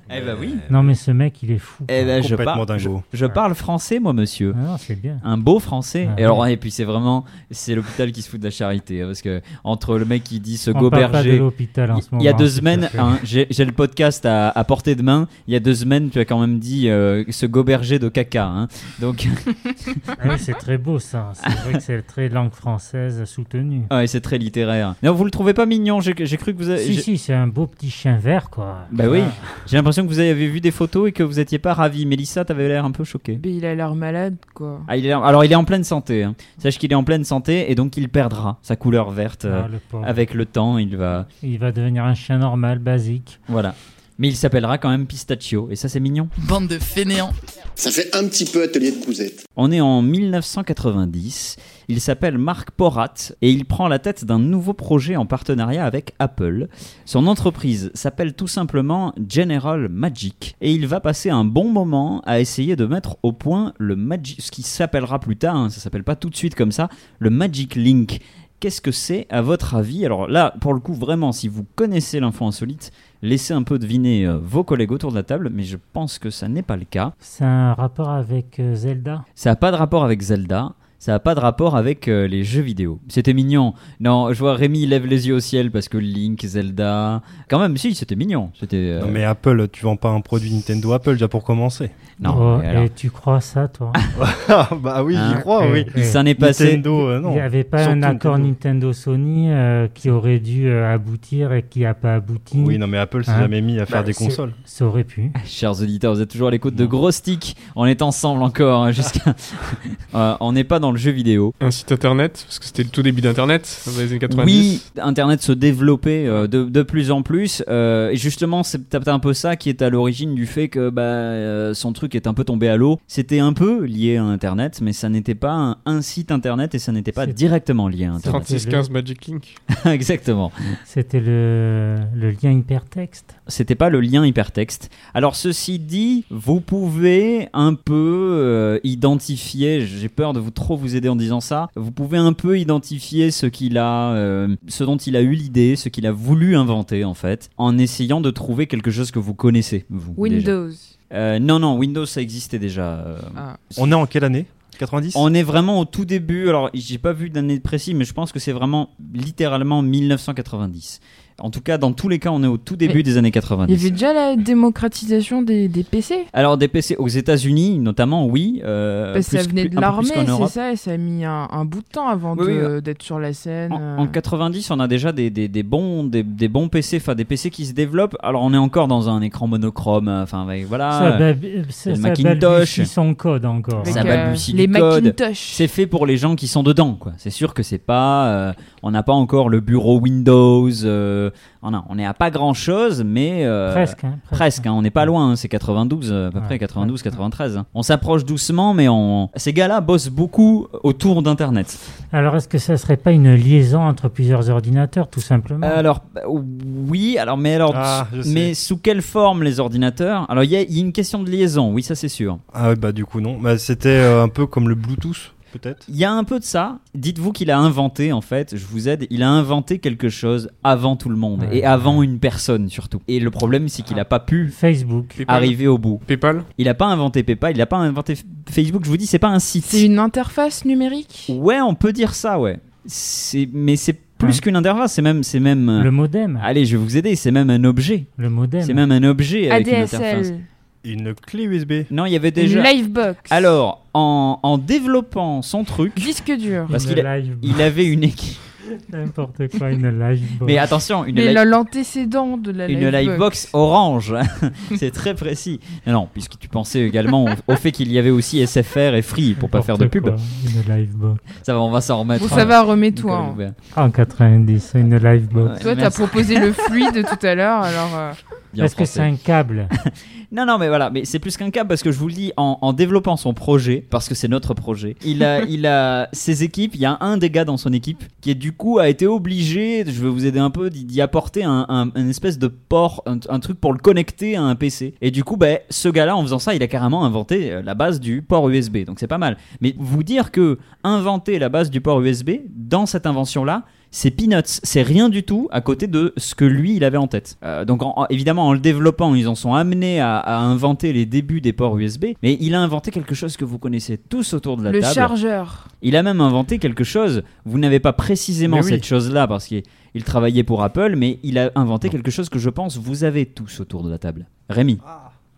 Speaker 6: Eh ben oui.
Speaker 5: Non mais ce mec, il est fou.
Speaker 6: Eh ben, je,
Speaker 5: Complètement
Speaker 6: parle-
Speaker 5: dingo.
Speaker 6: je- je parle français, moi, monsieur.
Speaker 5: Ah non, c'est bien.
Speaker 6: Un beau français.
Speaker 5: Ah
Speaker 6: et alors,
Speaker 5: ouais.
Speaker 6: et puis c'est vraiment, c'est l'hôpital qui se fout de la charité, hein, parce que entre le mec qui dit ce
Speaker 5: On
Speaker 6: go
Speaker 5: parle pas
Speaker 6: berger,
Speaker 5: de l'hôpital en ce
Speaker 6: il y a
Speaker 5: moment,
Speaker 6: deux
Speaker 5: hein, c'est
Speaker 6: semaines,
Speaker 5: parfait.
Speaker 6: hein, j'ai j'ai le podcast à, à portée de main. Il y a deux semaines, tu as quand même dit euh, ce go berger de caca. hein. Donc,
Speaker 5: Ah oui, c'est très beau ça. C'est vrai que c'est très langue française soutenue.
Speaker 6: ouais, c'est très littéraire. Non, vous le trouvez pas mignon J'ai j'ai cru que vous. avez-
Speaker 5: Si
Speaker 6: j'ai-
Speaker 5: si, c'est un beau petit chien vert quoi.
Speaker 6: Euh,
Speaker 5: Ah,
Speaker 6: Bah oui. J'ai l'impression que vous avez vu des photos et que vous étiez pas ravi. Mélissa, t'avais l'air un peu choquée.
Speaker 9: Mais Eh ben, il a l'air malade, quoi.
Speaker 6: Ah, il est en- alors il est en pleine santé. hein. Sache qu'il est en pleine santé et donc il perdra sa couleur verte euh,
Speaker 5: Ah, le pauvre.
Speaker 6: avec le temps. Il va
Speaker 5: Il va devenir un chien normal, basique.
Speaker 6: voilà. Mais il s'appellera quand même Pistachio et ça c'est mignon.
Speaker 1: Bande de fainéants.
Speaker 14: Ça fait un petit peu atelier de cousette.
Speaker 6: On est en 1990. Il s'appelle Marc Porat et il prend la tête d'un nouveau projet en partenariat avec Apple. Son entreprise s'appelle tout simplement General Magic et il va passer un bon moment à essayer de mettre au point le Magic, ce qui s'appellera plus tard, hein, ça s'appelle pas tout de suite comme ça, le Magic Link. Qu'est-ce que c'est à votre avis Alors là, pour le coup, vraiment, si vous connaissez l'info insolite, laissez un peu deviner euh, vos collègues autour de la table, mais je pense que ça n'est pas le cas.
Speaker 5: C'est un rapport avec euh, Zelda.
Speaker 6: Ça n'a pas de rapport avec Zelda. Ça n'a pas de rapport avec euh, les jeux vidéo. C'était mignon. Non, je vois Rémi il lève les yeux au ciel parce que Link, Zelda. Quand même, si, c'était mignon. C'était. euh,
Speaker 13: Non mais Apple, tu vends pas un produit Nintendo Apple déjà pour commencer.
Speaker 6: Non,
Speaker 5: Oh,
Speaker 6: mais alors-
Speaker 5: Et tu crois ça toi
Speaker 13: Ah, bah oui, j'y crois, oui.
Speaker 6: Hein. Il s'en est passé.
Speaker 13: Nintendo, euh, non.
Speaker 5: Il n'y avait pas
Speaker 13: Surtout
Speaker 5: un accord
Speaker 13: Nintendo.
Speaker 5: Nintendo-Sony euh, qui aurait dû euh, aboutir et qui n'a pas abouti. hein Bah,
Speaker 13: Oui, non, mais Apple s'est jamais mis à faire des
Speaker 5: c'est-
Speaker 13: consoles.
Speaker 5: Ça aurait pu.
Speaker 6: Ah, Chers auditeurs, vous êtes toujours à l'écoute de Gros Stick. On est ensemble encore hein, jusqu'à. Euh, on n'est pas dans le jeu vidéo.
Speaker 12: Un site internet, parce que c'était le tout début d'internet, dans les années 90.
Speaker 6: Oui, Internet se développait euh, de, de plus en plus. euh, et justement, c'est peut-être un peu ça qui est à l'origine du fait que bah, euh, son truc est un peu tombé à l'eau. C'était un peu lié à Internet, mais ça n'était pas un, un site Internet et ça n'était pas directement lié à Internet.
Speaker 12: 3615 Magic Link.
Speaker 6: Exactement.
Speaker 5: C'était le, le lien hypertexte.
Speaker 6: C'était pas le lien hypertexte. Alors ceci dit, vous pouvez un peu euh, identifier, j'ai peur de vous trop vous aider en disant ça, vous pouvez un peu identifier ce qu'il a euh, ce dont il a eu l'idée, ce qu'il a voulu inventer en fait, en essayant de trouver quelque chose que vous connaissez vous, déjà.
Speaker 9: Windows.
Speaker 6: Euh, non non, Windows ça existait déjà. euh.
Speaker 9: Ah.
Speaker 13: On est en quelle année 90
Speaker 6: On est vraiment au tout début. Alors, j'ai pas vu d'année précise, mais je pense que c'est vraiment littéralement 1990. En tout cas, dans tous les cas, on est au tout début
Speaker 9: Mais
Speaker 6: des années 90.
Speaker 9: Il y avait déjà la démocratisation des, des PC.
Speaker 6: Alors des PC aux États-Unis notamment, oui. euh,
Speaker 9: Parce que ça
Speaker 6: plus-
Speaker 9: venait
Speaker 6: un
Speaker 9: de
Speaker 6: peu plus
Speaker 9: l'armée,
Speaker 6: qu'en
Speaker 9: c'est
Speaker 6: Europe.
Speaker 9: ça, et ça a mis un, un bout de temps avant
Speaker 6: Oui,
Speaker 9: de- d'être sur la scène. euh.
Speaker 6: En 90, on a déjà des, des- des bons des, des bons PC, enfin des PC qui se développent. Alors on est encore dans un écran monochrome, euh, enfin avec-
Speaker 5: ça,
Speaker 6: voilà. euh,
Speaker 5: bab- ça,
Speaker 6: le
Speaker 5: ça
Speaker 6: Macintosh.
Speaker 5: balbutie son code encore.
Speaker 6: Ça balbutie
Speaker 9: les
Speaker 6: du code.
Speaker 9: Macintosh.
Speaker 6: C'est fait pour les gens qui sont dedans, quoi. C'est sûr que c'est pas, euh, on n'a pas encore le bureau Windows. euh, on a- on n'est à pas grand chose, mais euh,
Speaker 5: Presque, hein, presque.
Speaker 6: hein, on n'est pas loin. hein, c'est 92, euh, à peu près 92, 93. hein. On s'approche doucement, mais on... ces gars-là bossent beaucoup autour d'Internet.
Speaker 5: Alors, est-ce que ça serait pas une liaison entre plusieurs ordinateurs, tout simplement
Speaker 6: Alors bah, oui, alors mais alors
Speaker 13: Ah,
Speaker 6: sous-
Speaker 13: je sais.
Speaker 6: mais sous quelle forme les ordinateurs Alors il y, a- il y a une question de liaison, oui ça c'est sûr.
Speaker 13: Ah ouais, bah du coup non. Bah, c'était euh, un peu comme le Bluetooth peut-être.
Speaker 6: Il y a un peu de ça. Dites-vous qu'il a inventé en fait, je vous aide, il a inventé quelque chose avant tout le monde
Speaker 5: Ouais.
Speaker 6: et avant une personne surtout. Et le problème c'est
Speaker 13: Ah.
Speaker 6: qu'il n'a pas pu
Speaker 5: Facebook.
Speaker 6: arriver au bout.
Speaker 12: PayPal
Speaker 6: Il n'a pas inventé PayPal, il n'a pas inventé F- Facebook, je vous dis c'est pas un site.
Speaker 9: C'est une interface numérique.
Speaker 6: Ouais, on peut dire ça, ouais. C'est mais c'est plus qu'une interface, c'est même c'est même euh,
Speaker 5: Le modem.
Speaker 6: Allez, je vais vous aider, c'est même un objet.
Speaker 5: Le modem.
Speaker 6: Ah, C'est même un objet avec une interface.
Speaker 9: ADSL.
Speaker 13: Une clé USB.
Speaker 6: Non, il y avait
Speaker 9: Une
Speaker 6: déjà.
Speaker 9: Livebox.
Speaker 6: Alors, en, en développant son truc,
Speaker 9: Disque dur.
Speaker 6: parce
Speaker 5: Une
Speaker 6: qu'il a-
Speaker 5: live-
Speaker 6: il avait une équipe.
Speaker 5: N'importe quoi, une live.
Speaker 6: Mais ah, attention, une,
Speaker 9: Mais
Speaker 6: li-
Speaker 9: la- l'antécédent de la
Speaker 6: une
Speaker 9: Livebox.
Speaker 6: livebox orange. c'est très précis. Non, puisque tu pensais également au, au fait qu'il y avait aussi SFR et Free pour pas faire de pub.
Speaker 5: Une livebox.
Speaker 6: Ça va, on va s'en remettre.
Speaker 9: Bon, ça va, remets-toi.
Speaker 6: Nicolas
Speaker 9: hein.
Speaker 6: Loubert.
Speaker 5: Ah, En 90, une livebox.
Speaker 6: Ouais,
Speaker 9: Toi, t'as
Speaker 6: merci.
Speaker 9: proposé le fluide tout à l'heure, alors. euh,
Speaker 6: bien
Speaker 5: Est-ce que
Speaker 6: français.
Speaker 5: c'est un câble
Speaker 6: Non, non, mais voilà, mais c'est plus qu'un câble parce que je vous le dis, en, en développant son projet, parce que c'est notre projet, il a, il a ses équipes, il y a un des gars dans son équipe qui du coup a été obligé, je vais vous aider un peu, d'y- d'y apporter un, un- un espèce de port, un, un truc pour le connecter à un PC. Et du coup, bah, ce gars-là, en faisant ça, il a carrément inventé euh, la base du port USB, donc c'est pas mal. Mais vous dire que inventer la base du port USB, dans cette invention-là, c'est peanuts, c'est rien du tout à côté de ce que lui il avait en tête. Euh, donc en- en- évidemment en le développant ils en sont amenés à, à inventer les débuts des ports USB, mais il a inventé quelque chose que vous connaissez tous autour de la
Speaker 9: Le
Speaker 6: table.
Speaker 9: chargeur.
Speaker 6: Il a même inventé quelque chose. Vous n'avez pas précisément
Speaker 9: Mais oui.
Speaker 6: cette chose-là parce qu'il il travaillait pour Apple, mais il a inventé quelque chose que je pense vous avez tous autour de la table. Rémi,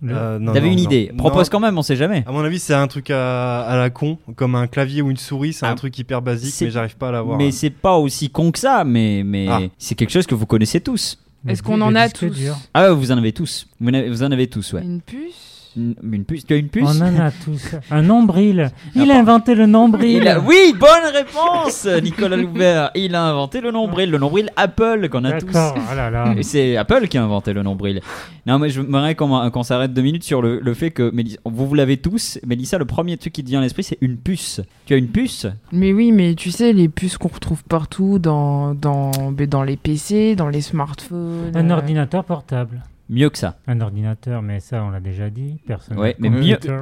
Speaker 13: Euh, non,
Speaker 6: t'avais
Speaker 13: non,
Speaker 6: une
Speaker 13: non.
Speaker 6: idée.
Speaker 13: Non.
Speaker 6: Propose quand même, on sait jamais.
Speaker 13: À mon avis, c'est un truc à, à la con, comme un clavier ou une souris,
Speaker 12: Ah.
Speaker 13: c'est un truc hyper basique,
Speaker 6: c'est-
Speaker 13: mais j'arrive pas à l'avoir.
Speaker 6: Mais c'est pas aussi con que ça, mais, mais
Speaker 13: euh. Ah.
Speaker 6: c'est quelque chose que vous connaissez tous.
Speaker 9: Est-ce qu'on en a tous
Speaker 6: Ah, vous en avez tous. Vous en avez, vous en avez tous, ouais.
Speaker 9: Une puce
Speaker 6: Une, une puce Tu as une puce
Speaker 5: On en a tous. Un nombril. Il a inventé le nombril.
Speaker 6: Il a- Oui, bonne réponse, Nicolas Loubert. Il a inventé le nombril, le nombril Apple qu'on a tous.
Speaker 5: D'accord, ah là là.
Speaker 6: Et C'est Apple qui a inventé le nombril. Non, mais je voudrais qu'on qu'on s'arrête deux minutes sur le, le fait que Mélissa- vous, vous l'avez tous. Mélissa, le premier truc qui te vient à l'esprit, c'est une puce. Tu as une puce
Speaker 9: Mais oui, mais tu sais, les puces qu'on retrouve partout, dans, dans, mais dans les PC, dans les smartphones.
Speaker 5: Un
Speaker 9: euh,
Speaker 5: ordinateur portable.
Speaker 6: Mieux que ça.
Speaker 5: Un ordinateur, mais ça, on l'a déjà dit. Personne.
Speaker 6: Ouais, mais
Speaker 5: n'a de
Speaker 6: mieux.
Speaker 5: computer.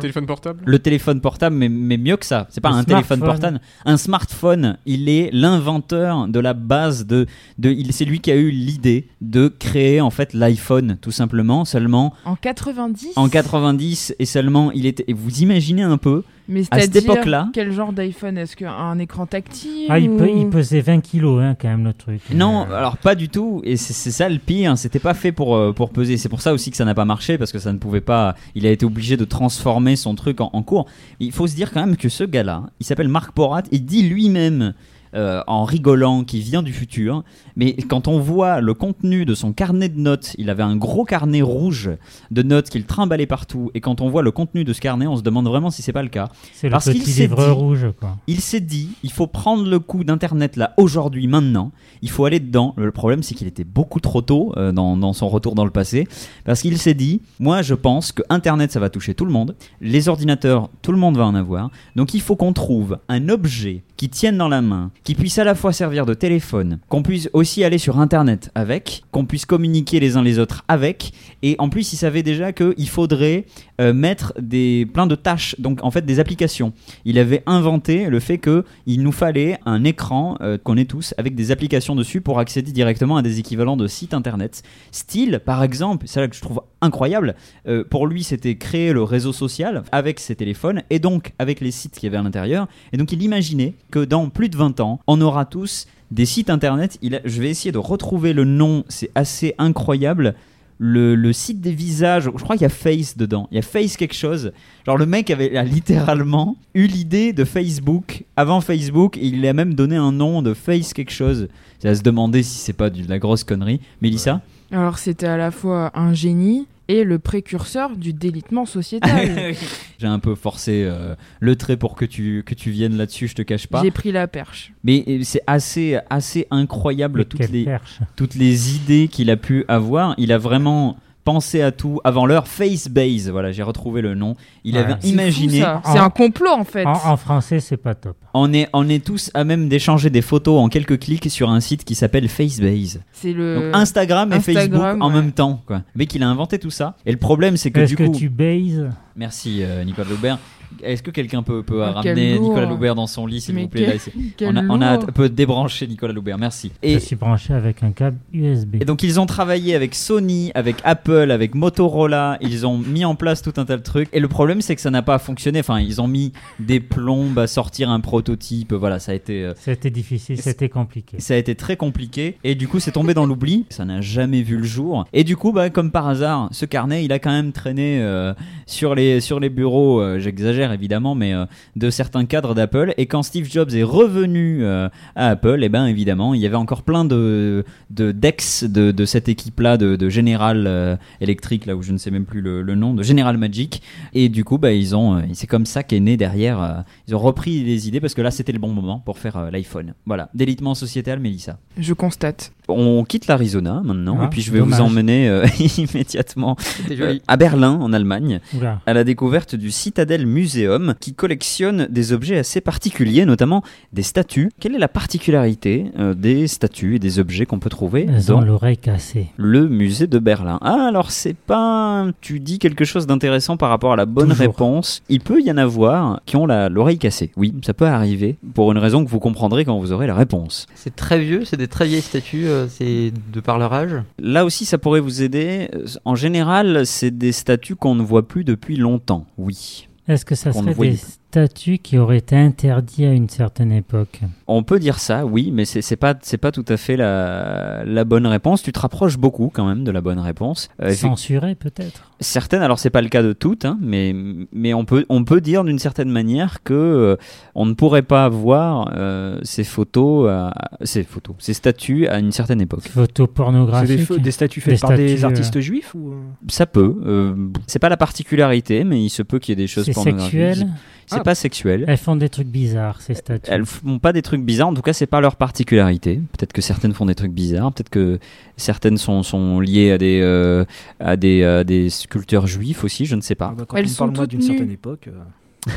Speaker 6: Le téléphone portable, mais, mais mieux que ça. C'est pas
Speaker 5: Le
Speaker 6: un téléphone
Speaker 5: smartphone.
Speaker 6: portable. Un smartphone, il est l'inventeur de la base de. de il- c'est lui qui a eu l'idée de créer en fait l'iPhone, tout simplement. Seulement
Speaker 9: En 90
Speaker 6: en 90 et seulement il était. et vous imaginez un peu
Speaker 9: Mais
Speaker 6: à cette
Speaker 9: c'est-à-dire,
Speaker 6: époque-là.
Speaker 9: Quel genre d'iPhone Est-ce qu'un écran tactile
Speaker 5: Ah, il, peut, il
Speaker 9: ou-
Speaker 5: pesait 20 kilos, hein, quand même, le truc. Euh,
Speaker 6: Non, alors pas du tout. Et c'est c'est ça le pire. hein. C'était pas fait pour, euh, pour peser. C'est pour ça aussi que ça n'a pas marché parce que ça ne pouvait pas. Il a été obligé de transformer son truc en, en cours. Il faut se dire quand même que ce gars-là, il s'appelle Marc Porat. Il dit lui-même. euh, en rigolant, qu'il vient du futur. Mais quand on voit le contenu de son carnet de notes, il avait un gros carnet rouge de notes qu'il trimballait partout. Et quand on voit le contenu de ce carnet, on se demande vraiment si c'est pas le cas.
Speaker 5: C'est le
Speaker 6: Parce qu'il
Speaker 5: petit
Speaker 6: s'est
Speaker 5: livre
Speaker 6: dit-
Speaker 5: rouge, quoi.
Speaker 6: il s'est dit, il faut prendre le coup d'Internet là aujourd'hui, maintenant. Il faut aller dedans. Le problème, c'est qu'il était beaucoup trop tôt euh, dans, dans son retour dans le passé. Parce qu'il s'est dit, moi, je pense que Internet, ça va toucher tout le monde. Les ordinateurs, tout le monde va en avoir. Donc, il faut qu'on trouve un objet qui tienne dans la main, qui puisse à la fois servir de téléphone, qu'on puisse aussi aller sur Internet avec, qu'on puisse communiquer les uns les autres avec. Et en plus, il savait déjà qu'il faudrait euh, mettre des, plein de tâches, donc en fait des applications. Il avait inventé le fait qu'il nous fallait un écran euh, qu'on ait tous avec des applications dessus pour accéder directement à des équivalents de sites internet. Style, par exemple, c'est là que je trouve incroyable, euh, pour lui c'était créer le réseau social avec ses téléphones et donc avec les sites qu'il y avait à l'intérieur. Et donc il imaginait que dans plus de 20 ans, on aura tous des sites internet. Il a- je vais essayer de retrouver le nom, c'est assez incroyable le, le site des visages, je crois qu'il y a Face dedans. Il y a Face quelque chose. Genre le mec avait là, littéralement eu l'idée de Facebook avant Facebook. et il a même donné un nom de Face quelque chose. C'est à se demander si c'est pas du- de la grosse connerie. Mélissa
Speaker 9: Alors c'était à la fois un génie et le précurseur du délitement
Speaker 5: Ah
Speaker 9: sociétal.
Speaker 6: J'ai un peu forcé euh, le trait pour que tu, que tu viennes là-dessus, je te cache pas.
Speaker 9: J'ai pris la perche.
Speaker 6: Mais euh, c'est assez, assez incroyable
Speaker 5: Mais
Speaker 6: toutes
Speaker 5: quelle
Speaker 6: les,
Speaker 5: perche.
Speaker 6: toutes les idées qu'il a pu avoir. Il a vraiment pensé à tout avant l'heure. Facebase, voilà, j'ai retrouvé le nom. Il
Speaker 5: Ouais.
Speaker 6: avait
Speaker 5: C'est fou,
Speaker 6: imaginé.
Speaker 9: ça. C'est un complot en fait.
Speaker 5: En, en français, c'est pas top.
Speaker 6: On est, on est tous à même d'échanger des photos en quelques clics sur un site qui s'appelle Facebase.
Speaker 9: C'est
Speaker 5: Euh,
Speaker 9: le
Speaker 6: Donc Instagram et
Speaker 9: Instagram,
Speaker 6: Facebook en
Speaker 9: ouais.
Speaker 6: même temps. Quoi. Le mec, il a inventé tout ça. Et le problème, c'est que
Speaker 5: Est-ce
Speaker 6: du
Speaker 5: que
Speaker 6: coup.
Speaker 5: tu baises
Speaker 6: Merci euh, Nicolas Loubert. Est-ce que quelqu'un peut, peut
Speaker 5: Ah, quel
Speaker 6: ramener
Speaker 5: lourd.
Speaker 6: Nicolas Loubert dans son lit, s'il
Speaker 5: Mais
Speaker 6: vous plaît
Speaker 5: quel-
Speaker 6: là, c'est-
Speaker 5: quel
Speaker 6: on, a, on a-
Speaker 5: lourd.
Speaker 6: peut débrancher Nicolas Loubert, merci.
Speaker 5: Je
Speaker 6: Et,
Speaker 5: suis branché avec un câble USB.
Speaker 6: et donc ils ont travaillé avec Sony, avec Apple, avec Motorola, ils ont mis en place tout un tas de trucs. Et le problème c'est que ça n'a pas fonctionné. Enfin, ils ont mis des plombes à sortir un prototype. Voilà, ça a été... euh,
Speaker 5: C'était difficile, c'était compliqué.
Speaker 6: ça a été très compliqué et du coup c'est tombé dans l'oubli, ça n'a jamais vu le jour. Et du coup, bah, comme par hasard, ce carnet il a quand même traîné euh, sur, les, sur les bureaux, euh, j'exagère, j'exagère évidemment, mais euh, de certains cadres d'Apple. Et quand Steve Jobs est revenu euh, à Apple, et ben évidemment, il y avait encore plein de de- d'ex de, de cette équipe-là, de, de General euh, Electric, là où je ne sais même plus le, le nom, de General Magic. Et du coup, bah, ils ont, euh, c'est comme ça qu'est né derrière. euh, ils ont repris les idées parce que là, c'était le bon moment pour faire euh, l'iPhone. Voilà, délitement sociétal, Mélissa.
Speaker 9: Je constate.
Speaker 6: On quitte l'Arizona maintenant,
Speaker 9: Ah,
Speaker 6: et puis je vais
Speaker 9: dommage.
Speaker 6: vous emmener euh, immédiatement
Speaker 7: joli.
Speaker 6: euh, à Berlin, en Allemagne,
Speaker 7: Oula.
Speaker 6: à la découverte du Citadel Museum, qui collectionne des objets assez particuliers, notamment des statues. Quelle est la particularité euh, des statues et des objets qu'on peut trouver
Speaker 5: Elles ont
Speaker 6: dans
Speaker 5: l'oreille cassée.
Speaker 6: le musée de Berlin. Ah, alors c'est pas. un- Tu dis quelque chose d'intéressant par rapport à la bonne réponse. Il peut y en avoir qui ont la- l'oreille cassée. Oui, ça peut arriver pour une raison que vous comprendrez quand vous aurez la réponse.
Speaker 7: C'est très vieux, c'est des très vieilles statues, euh, c'est de par leur âge.
Speaker 6: Là aussi, ça pourrait vous aider. Euh, En général, c'est des statues qu'on ne voit plus depuis longtemps. Oui.
Speaker 5: Est-ce que ça
Speaker 6: Qu'on ne
Speaker 5: serait
Speaker 6: voyait
Speaker 5: des statues qui auraient été interdites à une certaine époque
Speaker 6: On peut dire ça, oui, mais c'est c'est pas c'est pas tout à fait la, la bonne réponse. Tu te rapproches beaucoup quand même de la bonne réponse. Euh, effectivement-
Speaker 5: Censurées peut-être
Speaker 6: Certaines, alors c'est pas le cas de toutes, hein, mais, mais on, peut, on peut dire d'une certaine manière que euh, on ne pourrait pas voir euh, ces photos, à- ces photos, ces statues à une certaine époque.
Speaker 5: Photos
Speaker 8: C'est des,
Speaker 5: pornographiques
Speaker 8: feux- Ah, des statues faites par des artistes juifs ou euh,
Speaker 6: Ça peut. euh, c'est pas la particularité, mais il se peut qu'il y ait des choses
Speaker 5: C'est
Speaker 6: pornographiques. Euh,
Speaker 5: sexuel Ah.
Speaker 6: C'est pas sexuel.
Speaker 5: Elles font des trucs bizarres, ces statues.
Speaker 6: Elles font pas des trucs bizarres, en tout cas c'est pas leur particularité. Peut-être que certaines font des trucs bizarres, peut-être que certaines sont, sont liées à des, euh, à, des, à des sculpteurs juifs aussi, je ne sais pas.
Speaker 8: bah, quand
Speaker 9: Elles
Speaker 8: on
Speaker 9: sont
Speaker 8: parle moi
Speaker 9: toutes
Speaker 8: d'une certaine
Speaker 9: nues.
Speaker 8: époque. euh,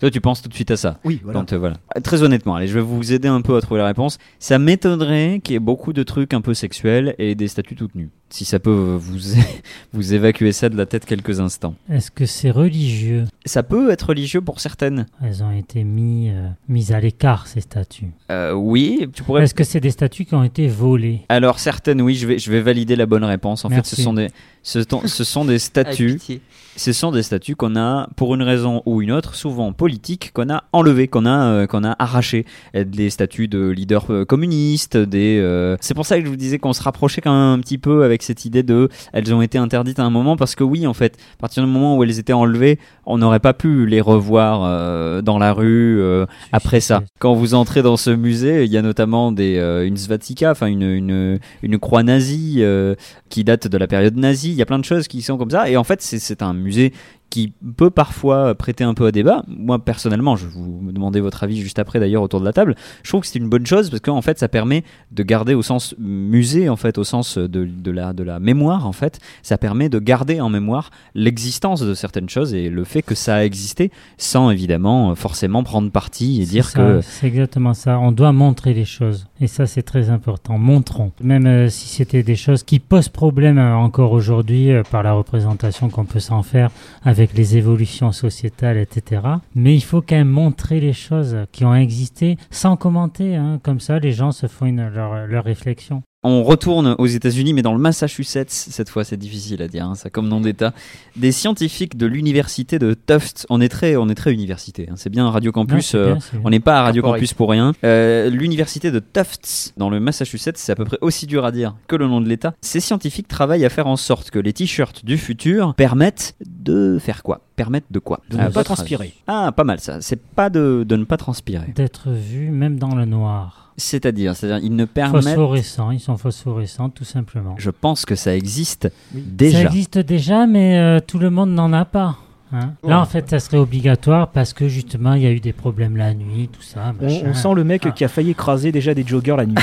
Speaker 6: Toi, tu penses tout de suite à ça.
Speaker 8: Oui, voilà.
Speaker 6: Quand, euh, Très honnêtement, allez, je vais vous aider un peu à trouver la réponse. Ça m'étonnerait qu'il y ait beaucoup de trucs un peu sexuels et des statues toutes nues. Si ça peut euh, vous, vous évacuer ça de la tête quelques instants.
Speaker 5: Est-ce que c'est religieux
Speaker 6: Ça peut être religieux pour certaines.
Speaker 5: Elles ont été mis, euh, mises à l'écart, ces statues.
Speaker 6: Euh, oui, tu pourrais.
Speaker 5: Est-ce que c'est des statues qui ont été volées
Speaker 6: Alors certaines, oui, je vais, je vais valider la bonne réponse. En fait,
Speaker 5: Merci.
Speaker 6: ce sont des, ce, ton- ce sont des
Speaker 7: Avec
Speaker 6: statues.
Speaker 7: pitié.
Speaker 6: Ce sont des statues qu'on a, pour une raison ou une autre, souvent politique, qu'on a enlevées, qu'on a, euh, qu'on a arrachées. Euh, Des statues de leaders euh, communistes, des. euh, C'est pour ça que je vous disais qu'on se rapprochait quand même un petit peu avec cette idée de. Elles ont été interdites à un moment parce que oui, en fait, à partir du moment où elles étaient enlevées, on n'aurait pas pu les revoir euh, dans la rue euh, après ça. Quand vous entrez dans ce musée, il y a notamment des, euh, une svatika, enfin une, une, une croix nazie euh, qui date de la période nazie. Il y a plein de choses qui sont comme ça. Et en fait, c'est- c'est un musée qui peut parfois prêter un peu à débat. Moi, personnellement, je vais vous demander votre avis juste après d'ailleurs autour de la table. Je trouve que c'est une bonne chose parce qu'en fait, ça permet de garder au sens musée, en fait, au sens de, de la, de la mémoire, en fait, ça permet de garder en mémoire l'existence de certaines choses et le fait que ça a existé sans évidemment euh, forcément prendre parti et dire
Speaker 5: Ça,
Speaker 6: que
Speaker 5: C'est exactement ça. On doit montrer les choses. Et ça, c'est très important. Montrons. Même euh, si c'était des choses qui posent problème euh, encore aujourd'hui euh, par la représentation qu'on peut s'en faire avec les évolutions sociétales, etc. Mais il faut quand même montrer les choses qui ont existé sans commenter. hein. Comme ça, les gens se font une- leur, leur réflexion.
Speaker 6: On retourne aux États-Unis, mais dans le Massachusetts, cette fois c'est difficile à dire, hein, ça comme nom d'État. Des scientifiques de l'université de Tufts, on est très, on est très université, hein, c'est bien Radio
Speaker 5: Non,
Speaker 6: Campus,
Speaker 5: c'est bien,
Speaker 6: euh,
Speaker 5: c'est bien.
Speaker 6: on n'est pas à Radio
Speaker 5: Corporate.
Speaker 6: Campus pour rien. Euh, l'université de Tufts, dans le Massachusetts, c'est à peu près aussi dur à dire que le nom de l'État. Ces scientifiques travaillent à faire en sorte que les t-shirts du futur permettent de faire quoi Permettent de quoi
Speaker 8: De ne
Speaker 6: À
Speaker 8: pas
Speaker 6: votre
Speaker 8: transpirer.
Speaker 6: avis. Ah, pas mal ça, c'est pas de, de ne pas transpirer.
Speaker 5: D'être vu même dans le noir.
Speaker 6: C'est-à-dire, c'est-à-dire, ils ne permettent...
Speaker 5: Phosphorescents. Ils sont phosphorescents, tout simplement.
Speaker 6: Je pense que ça existe
Speaker 5: Ça
Speaker 6: déjà.
Speaker 5: existe déjà, mais euh, tout le monde n'en a pas. hein. Là, en fait, ça serait obligatoire parce que justement, il y a eu des problèmes la nuit, tout ça.
Speaker 8: On,
Speaker 5: machin.
Speaker 8: on sent le mec qui a failli écraser déjà des joggers la nuit.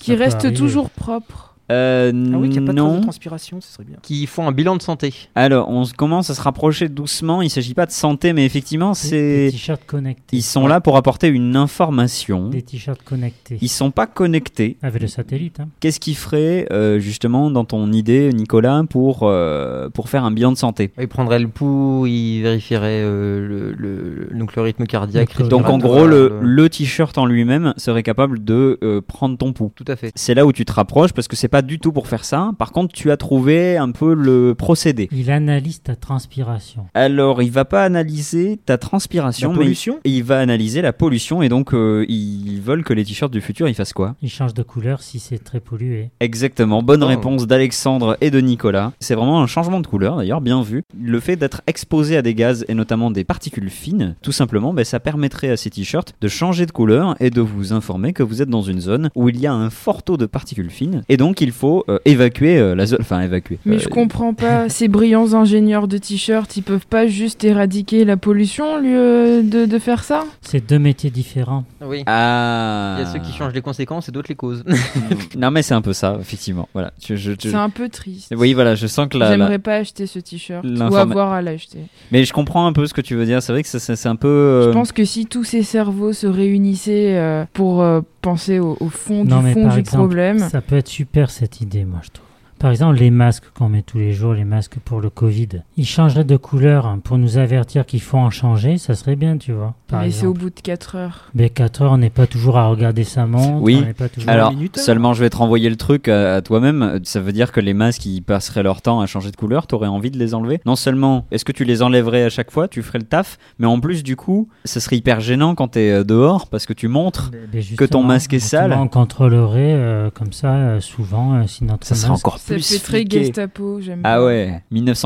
Speaker 9: Qui
Speaker 5: peut
Speaker 9: reste
Speaker 5: arriver.
Speaker 9: toujours propre.
Speaker 6: Euh,
Speaker 8: ah oui, qu'il n'y a pas de trace
Speaker 6: non.
Speaker 8: de transpiration, ce serait bien.
Speaker 7: Qui font un bilan de santé.
Speaker 6: Alors, on se- commence à se rapprocher doucement. Il s'agit pas de santé, mais effectivement,
Speaker 5: Des
Speaker 6: c'est
Speaker 5: t-shirts connectés.
Speaker 6: ils sont là pour apporter une information.
Speaker 5: Des t-shirts connectés.
Speaker 6: Ils sont pas connectés.
Speaker 5: Avec le satellite. hein.
Speaker 6: Qu'est-ce qui ferait euh, justement dans ton idée, Nicolas, pour euh, pour faire un bilan de santé
Speaker 7: Ils prendraient le pouls, ils vérifieraient euh, le, le- le- donc le rythme cardiaque.
Speaker 6: Donc en
Speaker 7: respiratoire,
Speaker 6: gros, le,
Speaker 7: euh,
Speaker 6: le t-shirt en lui-même serait capable de euh, prendre ton pouls.
Speaker 7: Tout à fait.
Speaker 6: C'est là où tu te rapproches parce que c'est pas pas du tout pour faire ça. Par contre, tu as trouvé un peu le procédé.
Speaker 5: Il analyse ta transpiration.
Speaker 6: Alors, il va pas analyser ta transpiration,
Speaker 5: La
Speaker 6: mais
Speaker 5: pollution
Speaker 6: il, il va analyser la pollution et donc euh, ils veulent que les t-shirts du futur ils fassent quoi
Speaker 5: Il change de couleur si c'est très pollué.
Speaker 6: Exactement, bonne
Speaker 5: Oh.
Speaker 6: réponse d'Alexandre et de Nicolas. C'est vraiment un changement de couleur d'ailleurs, bien vu. Le fait d'être exposé à des gaz et notamment des particules fines, tout simplement, ben, ça permettrait à ces t-shirts de changer de couleur et de vous informer que vous êtes dans une zone où il y a un fort taux de particules fines et donc il faut euh, évacuer euh, la zone. Enfin, évacuer.
Speaker 9: Mais
Speaker 6: Euh,
Speaker 9: je comprends pas, ces brillants ingénieurs de t-shirts, ils peuvent pas juste éradiquer la pollution au lieu de, de faire ça
Speaker 5: C'est deux métiers différents.
Speaker 7: Oui.
Speaker 6: Ah.
Speaker 7: Il y a ceux qui changent les conséquences et d'autres les causes.
Speaker 6: Non, mais c'est un peu ça, effectivement. Voilà. Je- je- je-
Speaker 9: C'est un peu triste.
Speaker 6: Oui, voilà, je sens que la. la-
Speaker 9: J'aimerais pas acheter ce t-shirt ou
Speaker 6: l'informa-
Speaker 9: avoir à l'acheter.
Speaker 6: Mais je comprends un peu ce que tu veux dire. C'est vrai que ça- ça- c'est un peu.
Speaker 9: Je
Speaker 6: euh,
Speaker 9: pense que si tous ces cerveaux se réunissaient euh, pour euh, penser au, au fond
Speaker 5: non,
Speaker 9: du
Speaker 5: mais
Speaker 9: fond
Speaker 5: par
Speaker 9: du
Speaker 5: exemple,
Speaker 9: problème,
Speaker 5: ça peut être super cette idée, moi je trouve. Par exemple, les masques qu'on met tous les jours, les masques pour le Covid, ils changeraient de couleur hein, pour nous avertir qu'il faut en changer, ça serait bien, tu vois. Par
Speaker 9: mais c'est
Speaker 5: exemple.
Speaker 9: au bout de 4 heures.
Speaker 5: Mais 4 heures, on n'est pas toujours à regarder sa montre.
Speaker 6: Oui,
Speaker 5: on n'est pas toujours à-
Speaker 6: alors seulement je vais te renvoyer le truc euh, à, à toi-même. Ça veut dire que les masques qui passeraient leur temps à changer de couleur, t'aurais envie de les enlever Non seulement est-ce que tu les enlèverais à chaque fois, tu ferais le taf, mais en plus du coup, ça serait hyper gênant quand t'es euh, dehors parce que tu montres
Speaker 5: Mais
Speaker 6: que ton
Speaker 5: justement,
Speaker 6: masque est
Speaker 5: justement,
Speaker 6: sale.
Speaker 5: On contrôlerait euh, comme ça euh, souvent euh, si notre
Speaker 6: Ça serait
Speaker 5: masque-
Speaker 6: encore
Speaker 9: Ça
Speaker 6: plus.
Speaker 9: fait très
Speaker 6: fliqué.
Speaker 9: Gestapo, j'aime
Speaker 6: Ah
Speaker 9: pas.
Speaker 6: ouais,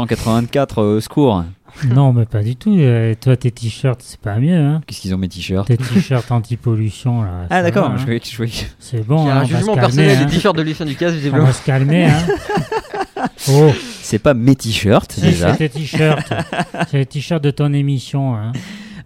Speaker 6: 1984, euh, au secours.
Speaker 5: Non, mais pas du tout. euh, toi, tes t-shirts, c'est pas mieux. Hein.
Speaker 6: Qu'est-ce qu'ils ont mes t-shirts
Speaker 5: Tes t-shirts anti-pollution, là.
Speaker 6: Ah,
Speaker 5: ça
Speaker 6: d'accord,
Speaker 5: va,
Speaker 6: je
Speaker 5: hein.
Speaker 6: voyais que- je voyais que-
Speaker 5: C'est bon.
Speaker 7: Il y a un
Speaker 5: hein, on va
Speaker 7: jugement
Speaker 5: se calmer,
Speaker 7: personnel des
Speaker 5: hein.
Speaker 7: t-shirts de Lucien Ducasse,
Speaker 5: On
Speaker 7: visiblement.
Speaker 5: va se calmer, hein. Oh.
Speaker 6: C'est pas mes t-shirts
Speaker 5: Si,
Speaker 6: déjà.
Speaker 5: C'est tes t-shirts. c'est les t-shirts de ton émission, hein.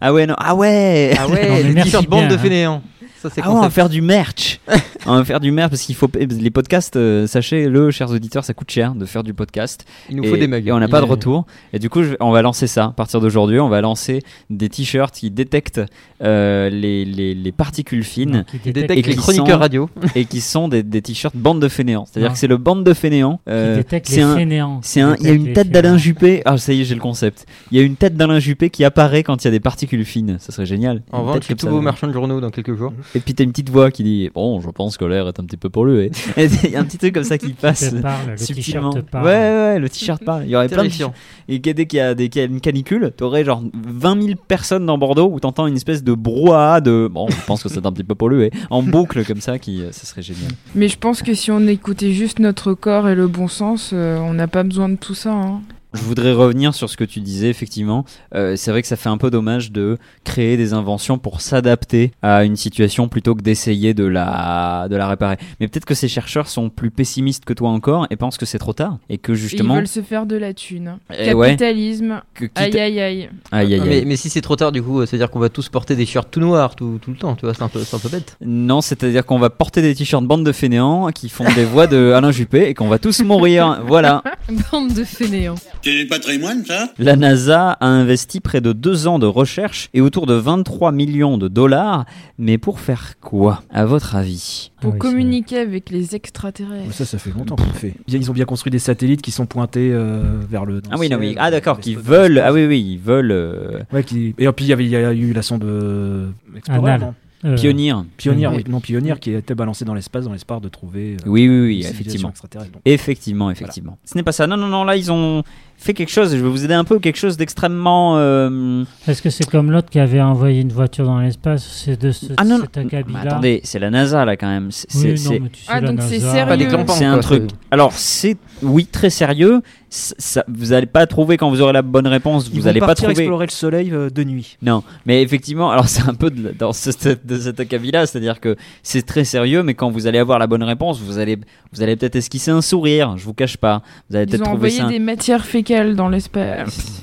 Speaker 6: Ah ouais, non, ah ouais
Speaker 7: Ah ouais, les
Speaker 5: merci
Speaker 7: t-shirts
Speaker 5: bien,
Speaker 7: bande de
Speaker 5: hein.
Speaker 7: fainéants. Ça, c'est
Speaker 6: Ah ouais, on va
Speaker 7: concept.
Speaker 6: faire du merch. on va faire du merch parce qu'il faut les podcasts. euh, Sachez-le, chers auditeurs, ça coûte cher de faire du podcast.
Speaker 7: Il nous
Speaker 6: Et-
Speaker 7: faut des mugs. hein.
Speaker 6: Et on n'a pas
Speaker 7: Il-
Speaker 6: de retour. Et du coup, je- on va lancer ça. À partir d'aujourd'hui, on va lancer des t-shirts qui détectent euh, les, les- les particules fines.
Speaker 7: qui détectent Détectent les chroniqueurs radio.
Speaker 6: et qui sont des, des t-shirts bande de fainéants. C'est-à-dire
Speaker 5: Non.
Speaker 6: que c'est le bande de fainéants. euh,
Speaker 5: détectent
Speaker 6: c'est
Speaker 5: les
Speaker 6: un-
Speaker 5: fainéants.
Speaker 6: c'est un-
Speaker 5: Qui
Speaker 6: Il y a
Speaker 5: détectent
Speaker 6: une
Speaker 5: les
Speaker 6: tête d'Alain Juppé. Ah, ça y est, j'ai le concept. Il y a une tête d'Alain Juppé qui apparaît quand il y a des particules fines. Ça serait génial.
Speaker 7: En
Speaker 6: Une
Speaker 7: revanche,
Speaker 6: tête
Speaker 7: je suis
Speaker 6: comme
Speaker 7: tout
Speaker 6: ça.
Speaker 7: beau marchand de journaux dans quelques jours.
Speaker 6: Et puis t'as une petite voix qui dit Bon, je pense que l'air est un petit peu pollué. Et Il y a un petit truc comme ça qui passe
Speaker 5: te parle, le t-shirt
Speaker 6: subtilement.
Speaker 5: te parle.
Speaker 6: Ouais, ouais, ouais, le t-shirt parle. Il y aurait plein de
Speaker 7: Terrifiant.
Speaker 6: Et que- dès qu'il y, a, dès qu'il y a une canicule, t'aurais genre 20 000 personnes dans Bordeaux où t'entends une espèce de brouhaha de Bon, je pense que c'est un petit peu pollué. En boucle comme ça, qui, euh, ça serait génial.
Speaker 9: Mais je pense que si on écoutait juste notre corps et le bon sens, euh, on n'a pas besoin de tout ça. hein.
Speaker 6: Je voudrais revenir sur ce que tu disais, effectivement. Euh, c'est vrai que ça fait un peu dommage de créer des inventions pour s'adapter à une situation plutôt que d'essayer de la, de la réparer. Mais peut-être que ces chercheurs sont plus pessimistes que toi encore et pensent que c'est trop tard et que
Speaker 9: Ils
Speaker 6: justement.
Speaker 9: veulent se faire de la thune.
Speaker 6: Eh ouais.
Speaker 9: Capitalisme.
Speaker 6: Que quitte-
Speaker 9: Aïe aïe aïe.
Speaker 6: Aïe, aïe, aïe.
Speaker 7: Mais, mais si c'est trop tard, du coup, euh, c'est-à-dire qu'on va tous porter des shirts tout noirs tout, tout le temps, tu vois, c'est un, peu- c'est un peu bête.
Speaker 6: Non, c'est-à-dire qu'on va porter des t-shirts bande de fainéants qui font des voix de Alain Juppé et qu'on va tous mourir. Voilà.
Speaker 15: Bande de fainéants.
Speaker 14: C'est du patrimoine, ça
Speaker 6: La NASA a investi près de deux ans de recherche et autour de 23 millions de dollars. Mais pour faire quoi, à votre avis
Speaker 5: Ah
Speaker 9: Pour communiquer avec les extraterrestres.
Speaker 8: Bah, Ça, ça fait longtemps qu'on le fait. Bien, Ils ont bien construit des satellites qui sont pointés euh, vers le. euh,
Speaker 6: Ah oui, non, oui. Ah d'accord, qu'ils veulent. Ah oui, oui, ils veulent. euh,
Speaker 8: Ouais, qui- Et puis il y avait- il y a eu la sonde euh, Explorer,
Speaker 6: Anal.
Speaker 8: non
Speaker 6: Euh, Pioneer.
Speaker 8: Pionnier,
Speaker 6: Oui.
Speaker 8: oui, non, Pionnier qui a été balancé dans l'espace dans l'espoir de trouver. euh,
Speaker 6: Oui, oui,
Speaker 8: une
Speaker 6: oui,
Speaker 8: civilisation
Speaker 6: effectivement.
Speaker 8: extraterrestre, donc.
Speaker 6: Effectivement, effectivement. Ce n'est pas ça. Non, non, non, là, ils ont fait quelque chose. Je vais vous aider un peu. Quelque chose d'extrêmement. euh,
Speaker 5: Est-ce que c'est comme l'autre qui avait envoyé une voiture dans l'espace C'est de ce,
Speaker 6: Ah non, non.
Speaker 5: cet acabit-là.
Speaker 6: Mais attendez, c'est la NASA là quand même. C'est,
Speaker 5: Oui,
Speaker 6: c'est-
Speaker 5: non,
Speaker 6: c'est-
Speaker 5: mais tu sais, Ah, la donc c'est NASA, sérieux.
Speaker 7: Pas des clampins,
Speaker 6: C'est un
Speaker 7: quoi,
Speaker 6: truc.
Speaker 7: c'est-
Speaker 6: Alors c'est oui très sérieux. C'est- ça- vous n'allez pas trouver quand vous aurez la bonne réponse.
Speaker 8: Ils
Speaker 6: vous
Speaker 8: vont
Speaker 6: n'allez pas
Speaker 8: partir
Speaker 6: trouver.
Speaker 8: explorer le soleil euh, de nuit.
Speaker 6: Non, mais effectivement, alors c'est un peu de, dans ce- ce- de cet acabit-là, c'est-à-dire que c'est très sérieux, mais quand vous allez avoir la bonne réponse, vous allez, vous allez peut-être esquisser un sourire. Je vous cache pas. Vous allez
Speaker 9: Ils
Speaker 6: peut-être
Speaker 9: ont
Speaker 6: trouver
Speaker 9: envoyé
Speaker 6: ça.
Speaker 9: des matières fécales dans l'espace.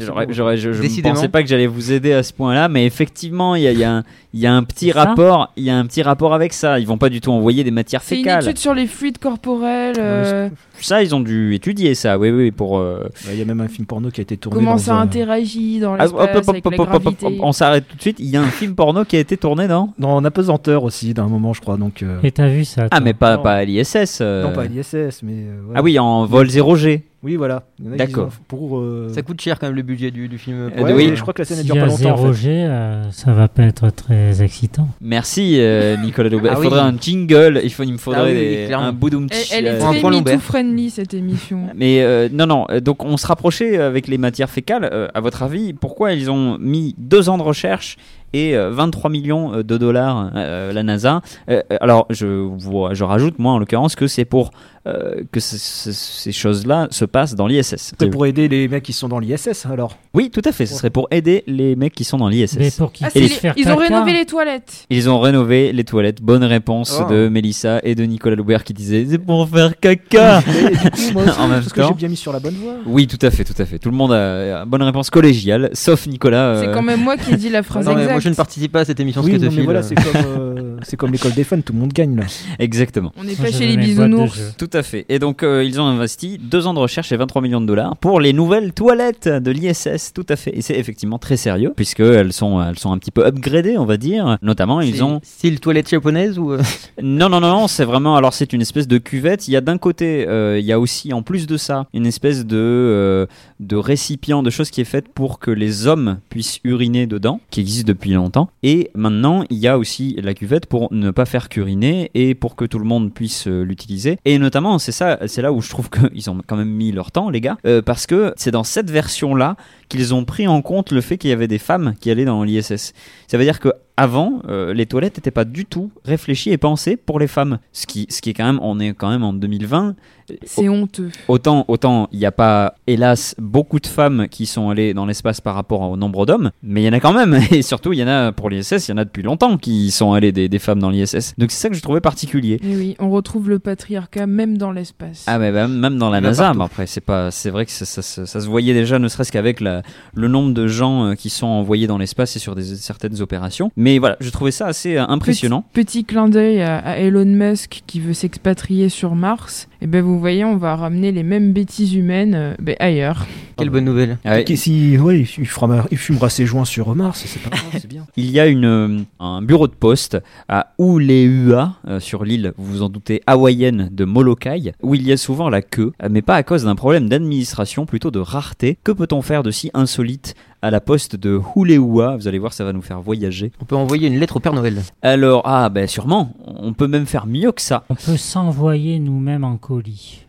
Speaker 6: J'aurais- j'aurais- je ne
Speaker 7: Décidément.
Speaker 6: pensais pas que j'allais vous aider à ce point-là, mais effectivement, il y a, il y a un, il y a un petit
Speaker 9: C'est ça
Speaker 6: rapport, il y a un petit rapport avec ça. Ils vont pas du tout envoyer des matières
Speaker 9: C'est une
Speaker 6: fécales.
Speaker 9: étude sur les fluides corporels. euh,
Speaker 6: Ça, ils ont dû étudier ça. Oui, oui, oui, pour. euh,
Speaker 8: Il y a même un film porno qui a été tourné.
Speaker 9: comment
Speaker 8: dans
Speaker 9: ça
Speaker 8: un-
Speaker 9: interagit dans
Speaker 6: Ah, hop, hop,
Speaker 9: l'espace
Speaker 6: hop,
Speaker 9: avec
Speaker 6: hop,
Speaker 9: la
Speaker 6: hop, hop, hop,
Speaker 9: gravité.
Speaker 6: On s'arrête tout de suite. Il y a un film porno qui a été tourné, non
Speaker 8: Non, en apesanteur aussi, d'un moment, je crois. Donc, euh,
Speaker 5: Et t'as vu ça
Speaker 6: Ah, mais pas,
Speaker 8: Non.
Speaker 6: pas à l'ISS. euh.
Speaker 8: Non, pas à l'ISS, mais. euh, ouais.
Speaker 6: Ah oui, en vol 0G.
Speaker 8: Oui, voilà. Il y en a qui
Speaker 7: D'accord.
Speaker 8: ont- Pour, euh,
Speaker 7: Ça coûte cher quand même le budget du, du
Speaker 6: Eh
Speaker 7: film.
Speaker 6: ben
Speaker 8: Ouais, oui. je crois que la scène ne
Speaker 5: S'il
Speaker 8: dure
Speaker 5: y
Speaker 8: pas
Speaker 5: a
Speaker 8: longtemps.
Speaker 5: zéro
Speaker 8: en fait.
Speaker 5: G, euh, ça va pas être très excitant.
Speaker 6: Merci euh, Nicolas Daubert.
Speaker 7: Ah
Speaker 6: il
Speaker 7: oui.
Speaker 6: faudrait un jingle, il, faut, il me faudrait
Speaker 7: Ah oui,
Speaker 6: des-
Speaker 7: clairement.
Speaker 6: un boudoum
Speaker 9: Elle, elle est très Me Too friendly cette émission.
Speaker 6: euh, Mais euh, non, non, euh, donc on se rapprochait avec les matières fécales. Euh, à votre avis, pourquoi ils ont mis deux ans de recherche et euh, 23 millions euh, de dollars euh, la NASA Euh, euh, Alors, je, vois, je rajoute, moi en l'occurrence, que c'est pour euh, que ce- ce- ces choses-là se passent dans l'ISS.
Speaker 8: C'est pour aider les mecs qui sont dans l'ISS alors.
Speaker 6: Oui, tout à fait, ce serait pour aider les mecs qui sont dans l'ISS.
Speaker 5: Mais pour qu'ils
Speaker 9: Ah, c'est les- ils ont rénové les toilettes.
Speaker 6: Ils ont rénové les toilettes. Bonne réponse
Speaker 9: Oh.
Speaker 6: de Mélissa et de Nicolas Loubert qui disaient c'est pour faire caca.
Speaker 8: Et du coup, moi aussi,
Speaker 6: en même
Speaker 8: parce que
Speaker 6: temps.
Speaker 8: j'ai bien mis sur la bonne voie.
Speaker 6: Oui, tout à fait, tout à fait. Tout le monde a, a bonne réponse collégiale, sauf Nicolas. euh,
Speaker 9: C'est quand même moi qui ai dit la
Speaker 6: Ah,
Speaker 9: phrase
Speaker 7: Non, mais
Speaker 9: exacte.
Speaker 7: moi je ne participe pas à cette émission
Speaker 8: Oui, non, mais
Speaker 7: Scotophile.
Speaker 8: voilà, c'est comme, euh, c'est comme l'école des fans, tout le monde gagne là.
Speaker 6: Exactement.
Speaker 9: On n'est pas chez les bisounours.
Speaker 6: Tout à fait. Et donc, euh, ils ont investi deux ans de recherche et 23 millions de dollars pour les nouvelles toilettes de l'ISS. Tout à fait. Et c'est effectivement très sérieux, puisqu'elles sont, elles sont un petit peu upgradées, on va dire. Notamment, ils
Speaker 7: C'est-
Speaker 6: ont.
Speaker 7: Style toilette japonaise ou. euh,
Speaker 6: Non, non, non, non, c'est vraiment. Alors, c'est une espèce de cuvette. Il y a d'un côté, euh, il y a aussi, en plus de ça, une espèce de, euh, de récipient, de choses qui est faite pour que les hommes puissent uriner dedans, qui existe depuis longtemps. Et maintenant, il y a aussi la cuvette pour ne pas faire qu'uriner et pour que tout le monde puisse euh, l'utiliser. Et notamment, c'est ça, c'est là où je trouve qu'ils ont quand même mis leur temps, les gars, euh, parce que c'est dans cette version-là qu'ils ont pris en compte le fait qu'il y avait des femmes qui allaient dans l'ISS. Ça veut dire que avant, euh, les toilettes n'étaient pas du tout réfléchies et pensées pour les femmes. Ce qui, ce qui est quand même, on est quand même en 2020.
Speaker 9: C'est honteux.
Speaker 6: Autant, autant, il n'y a pas, hélas, beaucoup de femmes qui sont allées dans l'espace par rapport au nombre d'hommes, mais il y en a quand même. Et surtout, il y en a pour l'ISS, il y en a depuis longtemps qui sont allées des, des femmes dans l'ISS. Donc c'est ça que je trouvais particulier.
Speaker 9: Et Eh oui, on retrouve le patriarcat même dans l'espace.
Speaker 6: Ah mais bah, même dans la
Speaker 9: Il va
Speaker 6: NASA,
Speaker 9: partout.
Speaker 6: mais après c'est pas, c'est vrai que ça, ça- ça- ça se voyait déjà, ne serait-ce qu'avec la- le nombre de gens euh, qui sont envoyés dans l'espace et sur des, certaines opérations. Mais voilà, je trouvais ça assez euh, impressionnant.
Speaker 9: Petit clin d'œil à, à Elon Musk qui veut s'expatrier sur Mars. Et ben vous voyez, on va ramener les mêmes bêtises humaines euh, ben, ailleurs.
Speaker 7: Quelle bonne nouvelle.
Speaker 8: Peut-être que si- ouais, il, fumera, il fumera ses joints sur Mars, c'est pas grave, c'est bien.
Speaker 6: Il y a une, euh, un bureau de poste à Uleua, euh, sur l'île, vous vous en doutez, hawaïenne de Molokai, où il y a souvent la queue, euh, mais pas à cause d'un problème d'administration, plutôt de rareté. Que peut-on faire de si insolite à la poste de Uleua Vous allez voir, ça va nous faire voyager.
Speaker 7: On peut envoyer une lettre au Père Noël.
Speaker 6: Alors, ah ben sûrement, on peut même faire mieux que ça.
Speaker 5: On peut s'envoyer nous-mêmes en colis.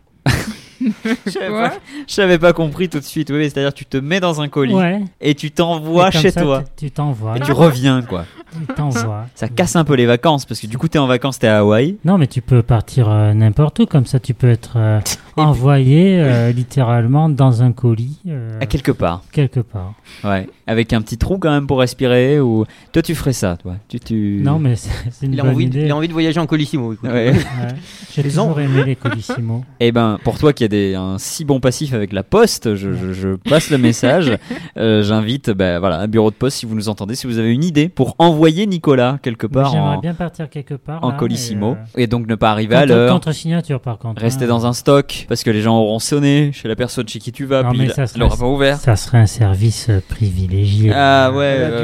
Speaker 6: Je n'avais pas compris tout de suite, oui, oui, c'est-à-dire tu te mets dans un colis
Speaker 5: Ouais.
Speaker 6: et tu t'envoies
Speaker 5: Et comme
Speaker 6: chez
Speaker 5: ça,
Speaker 6: toi.
Speaker 5: tu- tu t'envoies.
Speaker 6: Et tu reviens, quoi.
Speaker 5: Tu t'envoies.
Speaker 6: Ça casse un peu les vacances, parce que du coup, t'es en vacances, t'es à Hawaï.
Speaker 5: Non, mais tu peux partir euh, n'importe où, comme ça tu peux être euh, envoyé euh, littéralement dans un colis. euh,
Speaker 6: À quelque part.
Speaker 5: Quelque part.
Speaker 6: Ouais, avec un petit trou quand même pour respirer ou toi tu ferais ça toi. Tu tu
Speaker 5: Non, mais c'est c'est une
Speaker 7: Il a,
Speaker 5: bonne
Speaker 7: envie,
Speaker 5: idée.
Speaker 7: il a envie de voyager en colissimo. écoute.
Speaker 6: Ouais.
Speaker 5: Ouais. J'ai toujours aimé les colissimo.
Speaker 6: Eh ben pour toi qui a des, un si bon passif avec la poste, je, je- je passe le message. Euh, J'invite ben voilà un bureau de poste si vous nous entendez, si vous avez une idée pour envoyer Nicolas quelque
Speaker 5: Mais
Speaker 6: part
Speaker 5: J'aimerais
Speaker 6: Bah, en,
Speaker 5: bien partir quelque part.
Speaker 6: en
Speaker 5: là,
Speaker 6: colissimo
Speaker 5: et, euh,
Speaker 6: et, donc ne pas arriver à
Speaker 5: Contre-
Speaker 6: l'heure.
Speaker 5: contre-signature, par contre,
Speaker 6: Rester
Speaker 5: hein.
Speaker 6: dans un stock parce que les gens auront sonné chez la personne chez qui tu vas
Speaker 5: Non,
Speaker 6: puis
Speaker 5: mais
Speaker 6: il-
Speaker 5: ça
Speaker 6: elle aura
Speaker 5: serait-
Speaker 6: pas ouvert.
Speaker 5: Ça serait un service euh, privilégié.
Speaker 6: Ah ouais,
Speaker 8: Voilà,
Speaker 6: ouais, ouais,
Speaker 8: du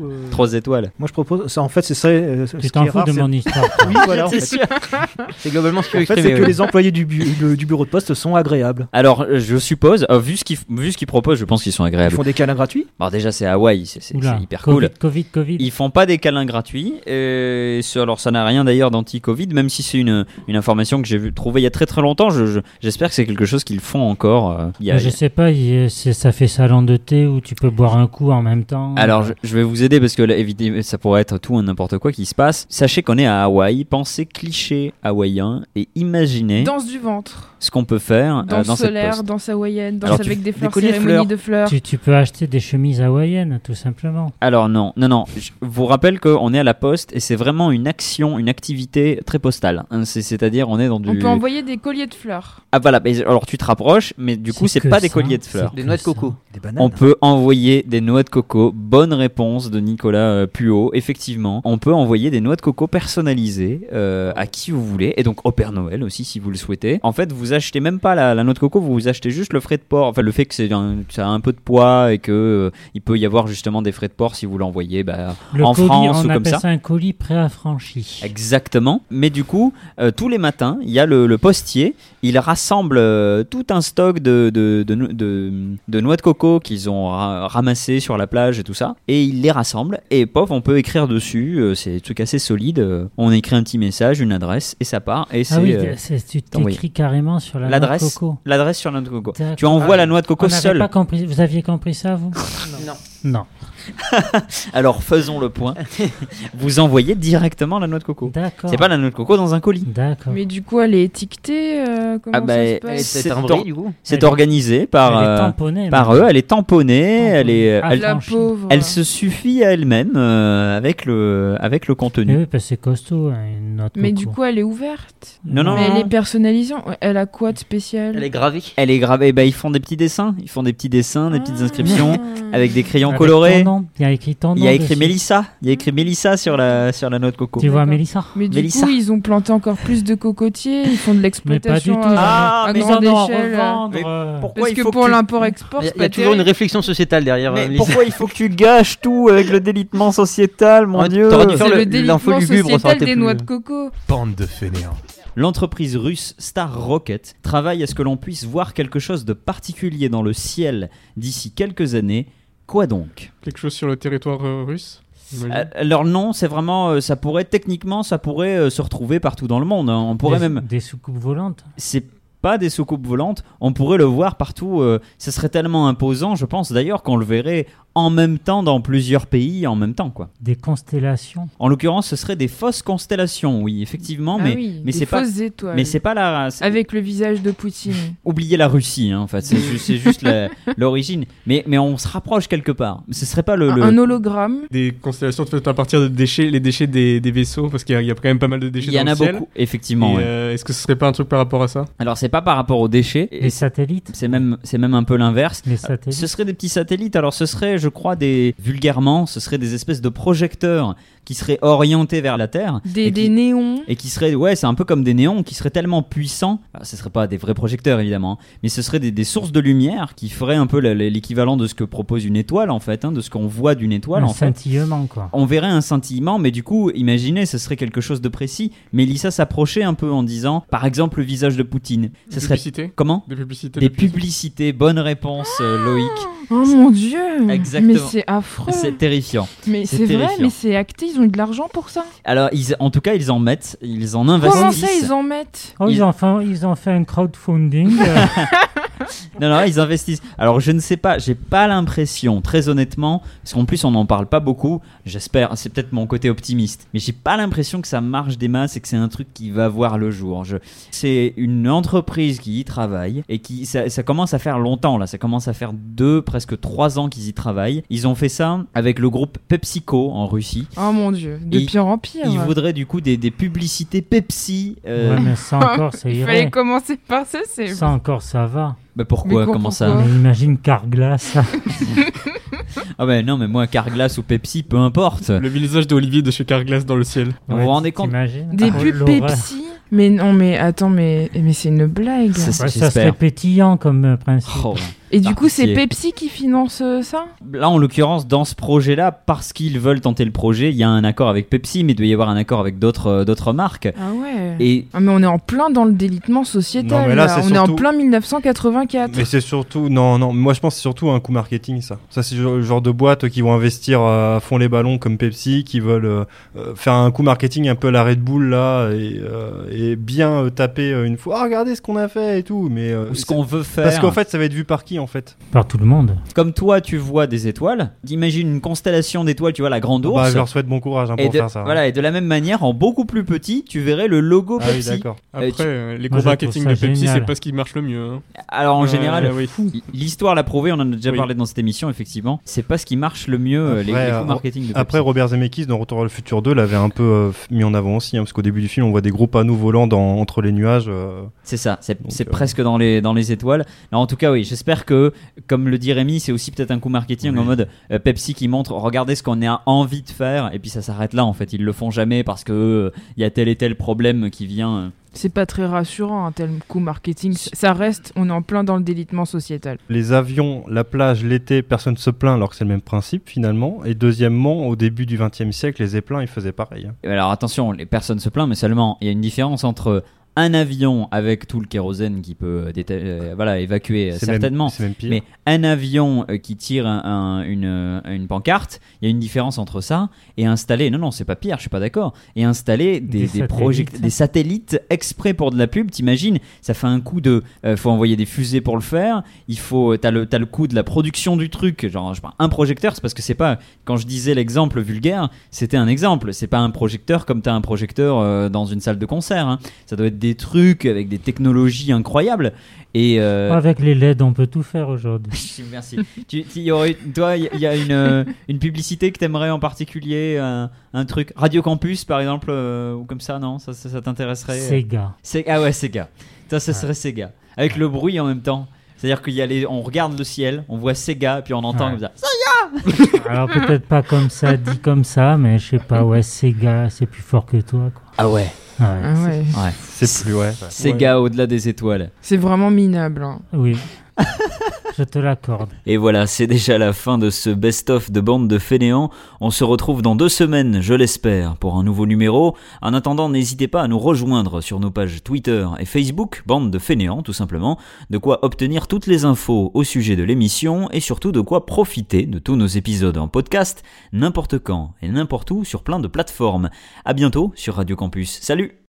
Speaker 8: coup,
Speaker 6: ouais.
Speaker 8: euh,
Speaker 6: Trois étoiles.
Speaker 8: Moi je propose, ça en fait, ce serait. euh, ce
Speaker 5: Tu
Speaker 8: qui est
Speaker 5: t'en fous
Speaker 8: rare,
Speaker 5: de
Speaker 8: c'est-
Speaker 5: mon histoire, toi.
Speaker 8: oui, voilà. en
Speaker 5: C'est
Speaker 8: fait.
Speaker 5: sûr.
Speaker 7: C'est globalement ce que
Speaker 8: En
Speaker 7: j'ai
Speaker 8: fait, c'est
Speaker 7: exprimé,
Speaker 8: que
Speaker 7: ouais.
Speaker 8: les employés du, bu- le- du bureau de poste sont agréables.
Speaker 6: Alors euh, je suppose, euh, vu ce qu'ils f- vu ce qu'ils proposent, je pense qu'ils sont agréables.
Speaker 8: Ils font des câlins gratuits.
Speaker 6: Bon, déjà, c'est Hawaï, c'est c'est-
Speaker 5: Oula,
Speaker 6: c'est hyper
Speaker 5: Covid,
Speaker 6: cool.
Speaker 5: Covid, Covid.
Speaker 6: Ils font pas des câlins gratuits. euh, ça- alors, ça n'a rien d'ailleurs d'anti-Covid, même si c'est une, une information que j'ai vu- trouvée il y a très très longtemps. Je- je- J'espère que c'est quelque chose qu'ils font encore. euh, il y a-
Speaker 5: Mais je sais pas, il- c'est- ça fait salon de thé où tu peux boire un coup en même temps.
Speaker 6: Alors, je, je vais vous aider parce que là, évidemment, ça pourrait être tout et n'importe quoi qui se passe. Sachez qu'on est à Hawaï, pensez cliché hawaïen et imaginez
Speaker 9: Danse du ventre,
Speaker 6: ce qu'on peut faire euh,
Speaker 9: danse
Speaker 6: dans cette
Speaker 9: solaire,
Speaker 6: poste.
Speaker 9: danse hawaïenne, danse
Speaker 6: Alors, tu-
Speaker 9: avec des
Speaker 6: des
Speaker 9: fleurs,
Speaker 6: colliers de
Speaker 9: cérémonie
Speaker 6: fleurs.
Speaker 9: de fleurs.
Speaker 5: Tu, tu peux acheter des chemises hawaïennes, tout simplement.
Speaker 6: Alors non, non, non. Je vous rappelle qu'on est à la poste et c'est vraiment une action, une activité très postale. hein. C'est- C'est-à-dire, on est dans du.
Speaker 9: On peut envoyer des colliers de fleurs.
Speaker 6: Ah voilà, mais alors tu te rapproches, mais du coup
Speaker 5: C'est
Speaker 6: c'est
Speaker 5: que
Speaker 6: pas des
Speaker 5: ça,
Speaker 6: colliers de fleurs.
Speaker 5: c'est
Speaker 7: Des noix de coco.
Speaker 8: Des bananes.
Speaker 6: On peut envoyer des noix de coco. Bonne réponse de Nicolas euh, Puot. Effectivement, on peut envoyer des noix de coco personnalisées euh, à qui vous voulez. Et donc au Père Noël aussi, si vous le souhaitez. En fait, vous achetez même pas la, la noix de coco, vous achetez juste le frais de port. Enfin, le fait que c'est un- ça a un peu de poids et que euh, il peut y avoir justement des frais de port si vous l'envoyez bah,
Speaker 5: Le
Speaker 6: en en
Speaker 5: colis,
Speaker 6: France
Speaker 5: on
Speaker 6: ou comme
Speaker 5: appelle
Speaker 6: ça.
Speaker 5: ça un colis préaffranchi.
Speaker 6: Exactement. Mais du coup, euh, tous les matins, il y a le, le postier. Il rassemble euh, tout un stock de, de, de, no- de- de noix de coco qu'ils ont ra- ramassées sur la plage et tout ça. Et il les rassemble. Et pof, on peut écrire dessus. euh, c'est des trucs assez solides. euh, on écrit un petit message, une adresse, et ça part. Et c'est,
Speaker 5: Ah oui,
Speaker 6: euh,
Speaker 5: c'est- tu
Speaker 6: envoyé.
Speaker 5: t'écris carrément sur la noix de
Speaker 6: L'adresse,
Speaker 5: coco.
Speaker 6: l'adresse sur la noix de coco.
Speaker 5: D'accord.
Speaker 6: Tu envoies
Speaker 5: Ah,
Speaker 6: la noix de coco
Speaker 5: on n'avait
Speaker 6: seule.
Speaker 5: pas compris- vous aviez compris ça, vous
Speaker 11: Non.
Speaker 5: Non.
Speaker 6: Alors faisons le point. Vous envoyez directement la noix de coco.
Speaker 5: D'accord.
Speaker 6: C'est pas la noix de coco dans un colis.
Speaker 5: D'accord.
Speaker 9: Mais du coup, elle est étiquetée euh, comment
Speaker 6: Ah
Speaker 9: ça
Speaker 6: bah,
Speaker 9: se passe
Speaker 6: c'est or- c'est organisé par,
Speaker 5: elle est
Speaker 6: euh,
Speaker 5: tamponnée,
Speaker 6: par
Speaker 5: même.
Speaker 6: eux, elle est tamponnée, elle est,
Speaker 5: Ah,
Speaker 6: elle,
Speaker 5: la pauvre.
Speaker 6: elle se suffit à elle-même euh, avec le avec le
Speaker 5: Mais
Speaker 6: contenu.
Speaker 5: oui, parce que c'est costaud, hein, une noix de
Speaker 9: Mais
Speaker 5: coco.
Speaker 9: du coup, elle est ouverte.
Speaker 6: Non, non,
Speaker 9: Mais
Speaker 6: non.
Speaker 9: elle est personnalisante. Elle a quoi de spécial
Speaker 11: gravée.
Speaker 6: Ah. Elle est gravée. Eh ben, ils font des petits dessins, ils font des petits dessins, des
Speaker 9: Ah.
Speaker 6: petites inscriptions avec des crayons
Speaker 5: Avec
Speaker 6: colorés.
Speaker 5: ton nom. Il y a écrit ton
Speaker 6: Il y a
Speaker 5: nom
Speaker 6: écrit
Speaker 5: dessus.
Speaker 6: Mélissa. Il y a écrit Mélissa sur la sur la noix de coco.
Speaker 5: Tu vois Mélissa
Speaker 9: Mais du
Speaker 6: Mélissa.
Speaker 9: coup, ils ont planté encore plus de cocotiers, ils font de l'exploitation
Speaker 5: tout.
Speaker 9: à,
Speaker 5: Ah,
Speaker 9: à
Speaker 5: mais
Speaker 9: grande
Speaker 5: ils en ont à
Speaker 9: échelle.
Speaker 5: revendre,
Speaker 9: Mais
Speaker 5: euh.
Speaker 9: Parce
Speaker 6: il
Speaker 9: que
Speaker 6: faut
Speaker 9: pour
Speaker 6: que tu-
Speaker 9: l'import-export,
Speaker 11: Il y a-
Speaker 9: c'est
Speaker 11: il y a
Speaker 9: pas
Speaker 11: toujours une
Speaker 9: terrible.
Speaker 11: réflexion sociétale derrière. euh,
Speaker 6: Mais
Speaker 11: Mélissa.
Speaker 6: pourquoi il faut que tu gâches tout avec le délitement sociétal, mon
Speaker 11: Ouais,
Speaker 6: dieu
Speaker 11: t'aurais dû faire
Speaker 9: C'est le délitement sociétal des noix de coco.
Speaker 6: Bande de fainéants. L'entreprise russe Star Rocket travaille à ce que l'on puisse voir quelque chose de particulier dans le ciel d'ici quelques années. Quoi donc
Speaker 12: Quelque chose sur le territoire euh, russe j'imagine.
Speaker 6: Euh, Alors non, c'est vraiment, euh, ça pourrait techniquement, ça pourrait euh, se retrouver partout dans le monde. hein. On pourrait
Speaker 5: Des-
Speaker 6: même,
Speaker 5: Des soucoupes volantes.
Speaker 6: c'est pas des soucoupes volantes, on pourrait le voir partout. euh, ça serait tellement imposant, je pense d'ailleurs qu'on le verrait en même temps dans plusieurs pays en même temps, quoi.
Speaker 5: Des constellations.
Speaker 6: En l'occurrence, ce serait des fausses constellations, oui, effectivement,
Speaker 9: Ah
Speaker 6: mais
Speaker 9: oui,
Speaker 6: mais
Speaker 9: des
Speaker 6: c'est pas
Speaker 9: fausses étoiles.
Speaker 6: mais c'est pas la c'est-
Speaker 9: Avec le visage de Poutine.
Speaker 6: oubliez la Russie hein, en fait, c'est ju- c'est juste la- l'origine, mais mais on se rapproche quelque part. Ce serait pas le, Euh, le-
Speaker 9: Un hologramme.
Speaker 12: Des constellations faites à partir de déchets, les déchets des, des vaisseaux, parce qu'il y, a- il y a quand même pas mal de déchets.
Speaker 6: Il y
Speaker 12: dans
Speaker 6: en
Speaker 12: le
Speaker 6: a
Speaker 12: ciel.
Speaker 6: beaucoup, effectivement,
Speaker 12: Et,
Speaker 6: ouais.
Speaker 12: euh, Est-ce que ce serait pas un truc par rapport à ça
Speaker 6: Alors c'est pas par rapport aux déchets.
Speaker 5: Les satellites.
Speaker 6: C'est même c'est même un peu l'inverse.
Speaker 5: Les
Speaker 9: Mhm.
Speaker 5: satellites.
Speaker 6: Ce serait des petits satellites. Alors ce serait, je crois, des vulgairement, ce serait des espèces de projecteurs qui seraient orientés vers la Terre.
Speaker 9: Des,
Speaker 6: et qui-
Speaker 9: des néons.
Speaker 6: et qui seraient, ouais, c'est un peu comme des néons qui seraient tellement puissants. Alors, ce ne seraient pas des vrais projecteurs évidemment, hein, mais ce seraient des, des sources de lumière qui feraient un peu la- la- l'équivalent de ce que propose une étoile en fait, hein, de ce qu'on voit d'une étoile
Speaker 5: un
Speaker 6: en fait.
Speaker 5: scintillement, quoi.
Speaker 6: On verrait un scintillement, mais du coup, imaginez, ce serait quelque chose de précis. Mélissa s'approchait un peu en disant, par exemple, le visage de Poutine. Ce
Speaker 12: Des
Speaker 6: serait
Speaker 12: publicités
Speaker 6: comment
Speaker 12: Des publicités
Speaker 6: Des
Speaker 12: de
Speaker 6: publicités. Bonne réponse, euh, Loïc.
Speaker 9: Oh mon dieu
Speaker 6: Exactement.
Speaker 9: Mais c'est affreux
Speaker 6: C'est terrifiant.
Speaker 9: Mais c'est vrai,
Speaker 6: terrifiant.
Speaker 9: mais c'est acté, ils ont eu de l'argent pour ça.
Speaker 6: Alors, ils, en tout cas, ils en mettent, ils en investissent.
Speaker 9: Comment ça, ils en mettent
Speaker 5: Oh, ils...
Speaker 6: Ils-
Speaker 5: ont fait, ils ont fait un crowdfunding. euh,
Speaker 6: Non, non, ils investissent. Alors, je ne sais pas, j'ai pas l'impression, très honnêtement, parce qu'en plus, on n'en parle pas beaucoup. J'espère, c'est peut-être mon côté optimiste, mais j'ai pas l'impression que ça marche des masses et que c'est un truc qui va voir le jour. Je- C'est une entreprise qui y travaille et qui, ça, ça commence à faire longtemps là, ça commence à faire deux, presque trois ans qu'ils y travaillent. Ils ont fait ça avec le groupe PepsiCo en Russie.
Speaker 9: Oh mon dieu, de
Speaker 6: Et
Speaker 9: pire en pire.
Speaker 6: Ils voudraient du coup des, des publicités Pepsi. euh,
Speaker 5: Ouais, mais ça encore, ça
Speaker 9: Il
Speaker 5: irait.
Speaker 9: fallait commencer par ça, c'est.
Speaker 5: Ça encore, ça va.
Speaker 6: Bah, pourquoi Mais quoi, Comment ça pourquoi
Speaker 5: Mais imagine Carglass.
Speaker 6: Ah ben non, mais moi, Carglass ou Pepsi, peu importe.
Speaker 12: Le visage d'Olivier de chez Carglass dans le ciel.
Speaker 6: Vous vous rendez compte
Speaker 9: Des
Speaker 5: Ah,
Speaker 9: pubs Pepsi Mais non, mais attends, mais, mais c'est une blague.
Speaker 6: Ça, c'est-
Speaker 5: Ouais, ça serait
Speaker 6: j'espère.
Speaker 5: pétillant comme euh, principe.
Speaker 6: Oh.
Speaker 9: Et du coup, c'est
Speaker 6: Pepsi.
Speaker 9: Pepsi qui finance euh, ça
Speaker 6: Là, en l'occurrence, dans ce projet-là, parce qu'ils veulent tenter le projet, il y a un accord avec Pepsi, mais il doit y avoir un accord avec d'autres euh, d'autres marques.
Speaker 9: Ah ouais.
Speaker 6: Et
Speaker 9: Ah, mais on est en plein dans le délitement sociétal.
Speaker 13: Non, mais là, c'est
Speaker 9: on est en
Speaker 13: surtout-
Speaker 9: plein 1984.
Speaker 13: Mais c'est surtout, non, non, moi je pense que c'est surtout un coup marketing ça. Ça, c'est le genre de boîte qui vont investir à fond les ballons comme Pepsi, qui veulent euh, euh, faire un coup marketing un peu à la Red Bull là, et, euh, et bien euh, taper euh, une fois, ah regardez ce qu'on a fait et tout. Mais, euh,
Speaker 6: Ou ce
Speaker 13: c'est-
Speaker 6: qu'on veut faire.
Speaker 13: Parce qu'en fait, ça va être vu par qui en fait
Speaker 5: Par tout le monde.
Speaker 6: comme toi, tu vois des étoiles, imagine une constellation d'étoiles, tu vois la grande ours.
Speaker 13: Bah, je leur souhaite bon courage hein,
Speaker 6: et
Speaker 13: pour
Speaker 6: de,
Speaker 13: faire ça. hein.
Speaker 6: Voilà, et de la même manière, en beaucoup plus petit, tu verrais le logo
Speaker 13: Ah oui,
Speaker 6: Pepsi.
Speaker 13: d'accord.
Speaker 6: Euh,
Speaker 12: Après,
Speaker 6: tu-
Speaker 12: euh, les combats
Speaker 5: Moi, je trouve
Speaker 12: marketing
Speaker 5: ça
Speaker 12: de Pepsi,
Speaker 5: génial.
Speaker 12: c'est pas ce qui marche le mieux. hein.
Speaker 6: Alors en
Speaker 12: Euh,
Speaker 6: général,
Speaker 12: oui.
Speaker 6: l'histoire l'a prouvé, on en a déjà
Speaker 12: Oui.
Speaker 6: parlé dans cette émission, effectivement. C'est pas ce qui marche le mieux, euh, les,
Speaker 13: Après,
Speaker 6: les
Speaker 13: euh,
Speaker 6: coûts marketing de
Speaker 13: Après,
Speaker 6: Pepsi.
Speaker 13: Robert Zemeckis dans Retour vers le futur 2 l'avait un peu euh, f- mis en avant aussi, hein, parce qu'au début du film, on voit des gros panneaux volants dans- entre les nuages. euh,
Speaker 6: C'est ça, c'est c'est
Speaker 13: euh,
Speaker 6: presque dans les, dans les étoiles. Non, en tout cas, oui, j'espère que, comme le dit Rémi, c'est aussi peut-être un coup marketing en mode euh, Pepsi qui montre, regardez ce qu'on a envie de faire, et puis ça s'arrête là, en fait. Ils le font jamais parce que euh, il y a tel et tel problème qui vient. euh.
Speaker 9: C'est pas très rassurant un tel coup marketing. Ça reste, on est en plein dans le délitement sociétal.
Speaker 13: Les avions, la plage, l'été, personne ne se plaint alors que c'est le même principe finalement. Et deuxièmement, au début du XXe siècle, les éplins, ils faisaient pareil. hein.
Speaker 6: Alors attention, les personnes se plaignent, mais seulement il y a une différence entre un avion avec tout le kérosène qui peut euh, déta- euh, voilà, évacuer euh,
Speaker 13: C'est même-
Speaker 6: certainement,
Speaker 13: c'est même pire.
Speaker 6: mais un avion euh, qui tire un- un- une, euh, une pancarte, il y a une différence entre ça et installer, non non c'est pas pire, je suis pas d'accord, et installer des,
Speaker 5: Des
Speaker 6: des,
Speaker 5: satellites.
Speaker 6: project- des satellites exprès pour de la pub, t'imagines, ça fait un coup de, euh, faut envoyer des fusées pour le faire, il faut, euh, t'as le, t'as le coût de la production du truc, genre je sais pas, un projecteur, c'est parce que c'est pas, quand je disais l'exemple vulgaire, c'était un exemple, c'est pas un projecteur comme t'as un projecteur euh, dans une salle de concert, hein. ça doit être des trucs avec des technologies incroyables et euh,
Speaker 5: Avec les LED, on peut tout faire aujourd'hui.
Speaker 6: Merci. tu, tu- y aurait- toi, il y, y a une, euh, une publicité que t'aimerais en particulier, un, un truc Radio Campus par exemple, euh, ou comme ça, non Ça, ça, ça t'intéresserait euh
Speaker 5: Sega.
Speaker 6: C'est- Ah ouais, Sega. Ça, ça serait Sega. Avec le bruit en même temps. C'est-à-dire qu'on les... on regarde le ciel, on voit Sega, puis on entend comme
Speaker 5: Ouais.
Speaker 6: ça.
Speaker 5: Alors peut-être pas comme ça, dit comme ça, mais je sais pas, ouais, Sega, c'est plus fort que toi. Quoi.
Speaker 6: Ah ouais.
Speaker 9: Ah ouais.
Speaker 13: C'est plus, ouais.
Speaker 6: Sega au-delà des étoiles.
Speaker 9: C'est vraiment minable. hein.
Speaker 5: Oui. je te l'accorde.
Speaker 6: Et voilà, c'est déjà la fin de ce best-of de bande de fainéants. On se retrouve dans deux semaines, je l'espère, pour un nouveau numéro. En attendant, n'hésitez pas à nous rejoindre sur nos pages Twitter et Facebook, bande de fainéants tout simplement, de quoi obtenir toutes les infos au sujet de l'émission et surtout de quoi profiter de tous nos épisodes en podcast, n'importe quand et n'importe où sur plein de plateformes. À bientôt sur Radio Campus. Salut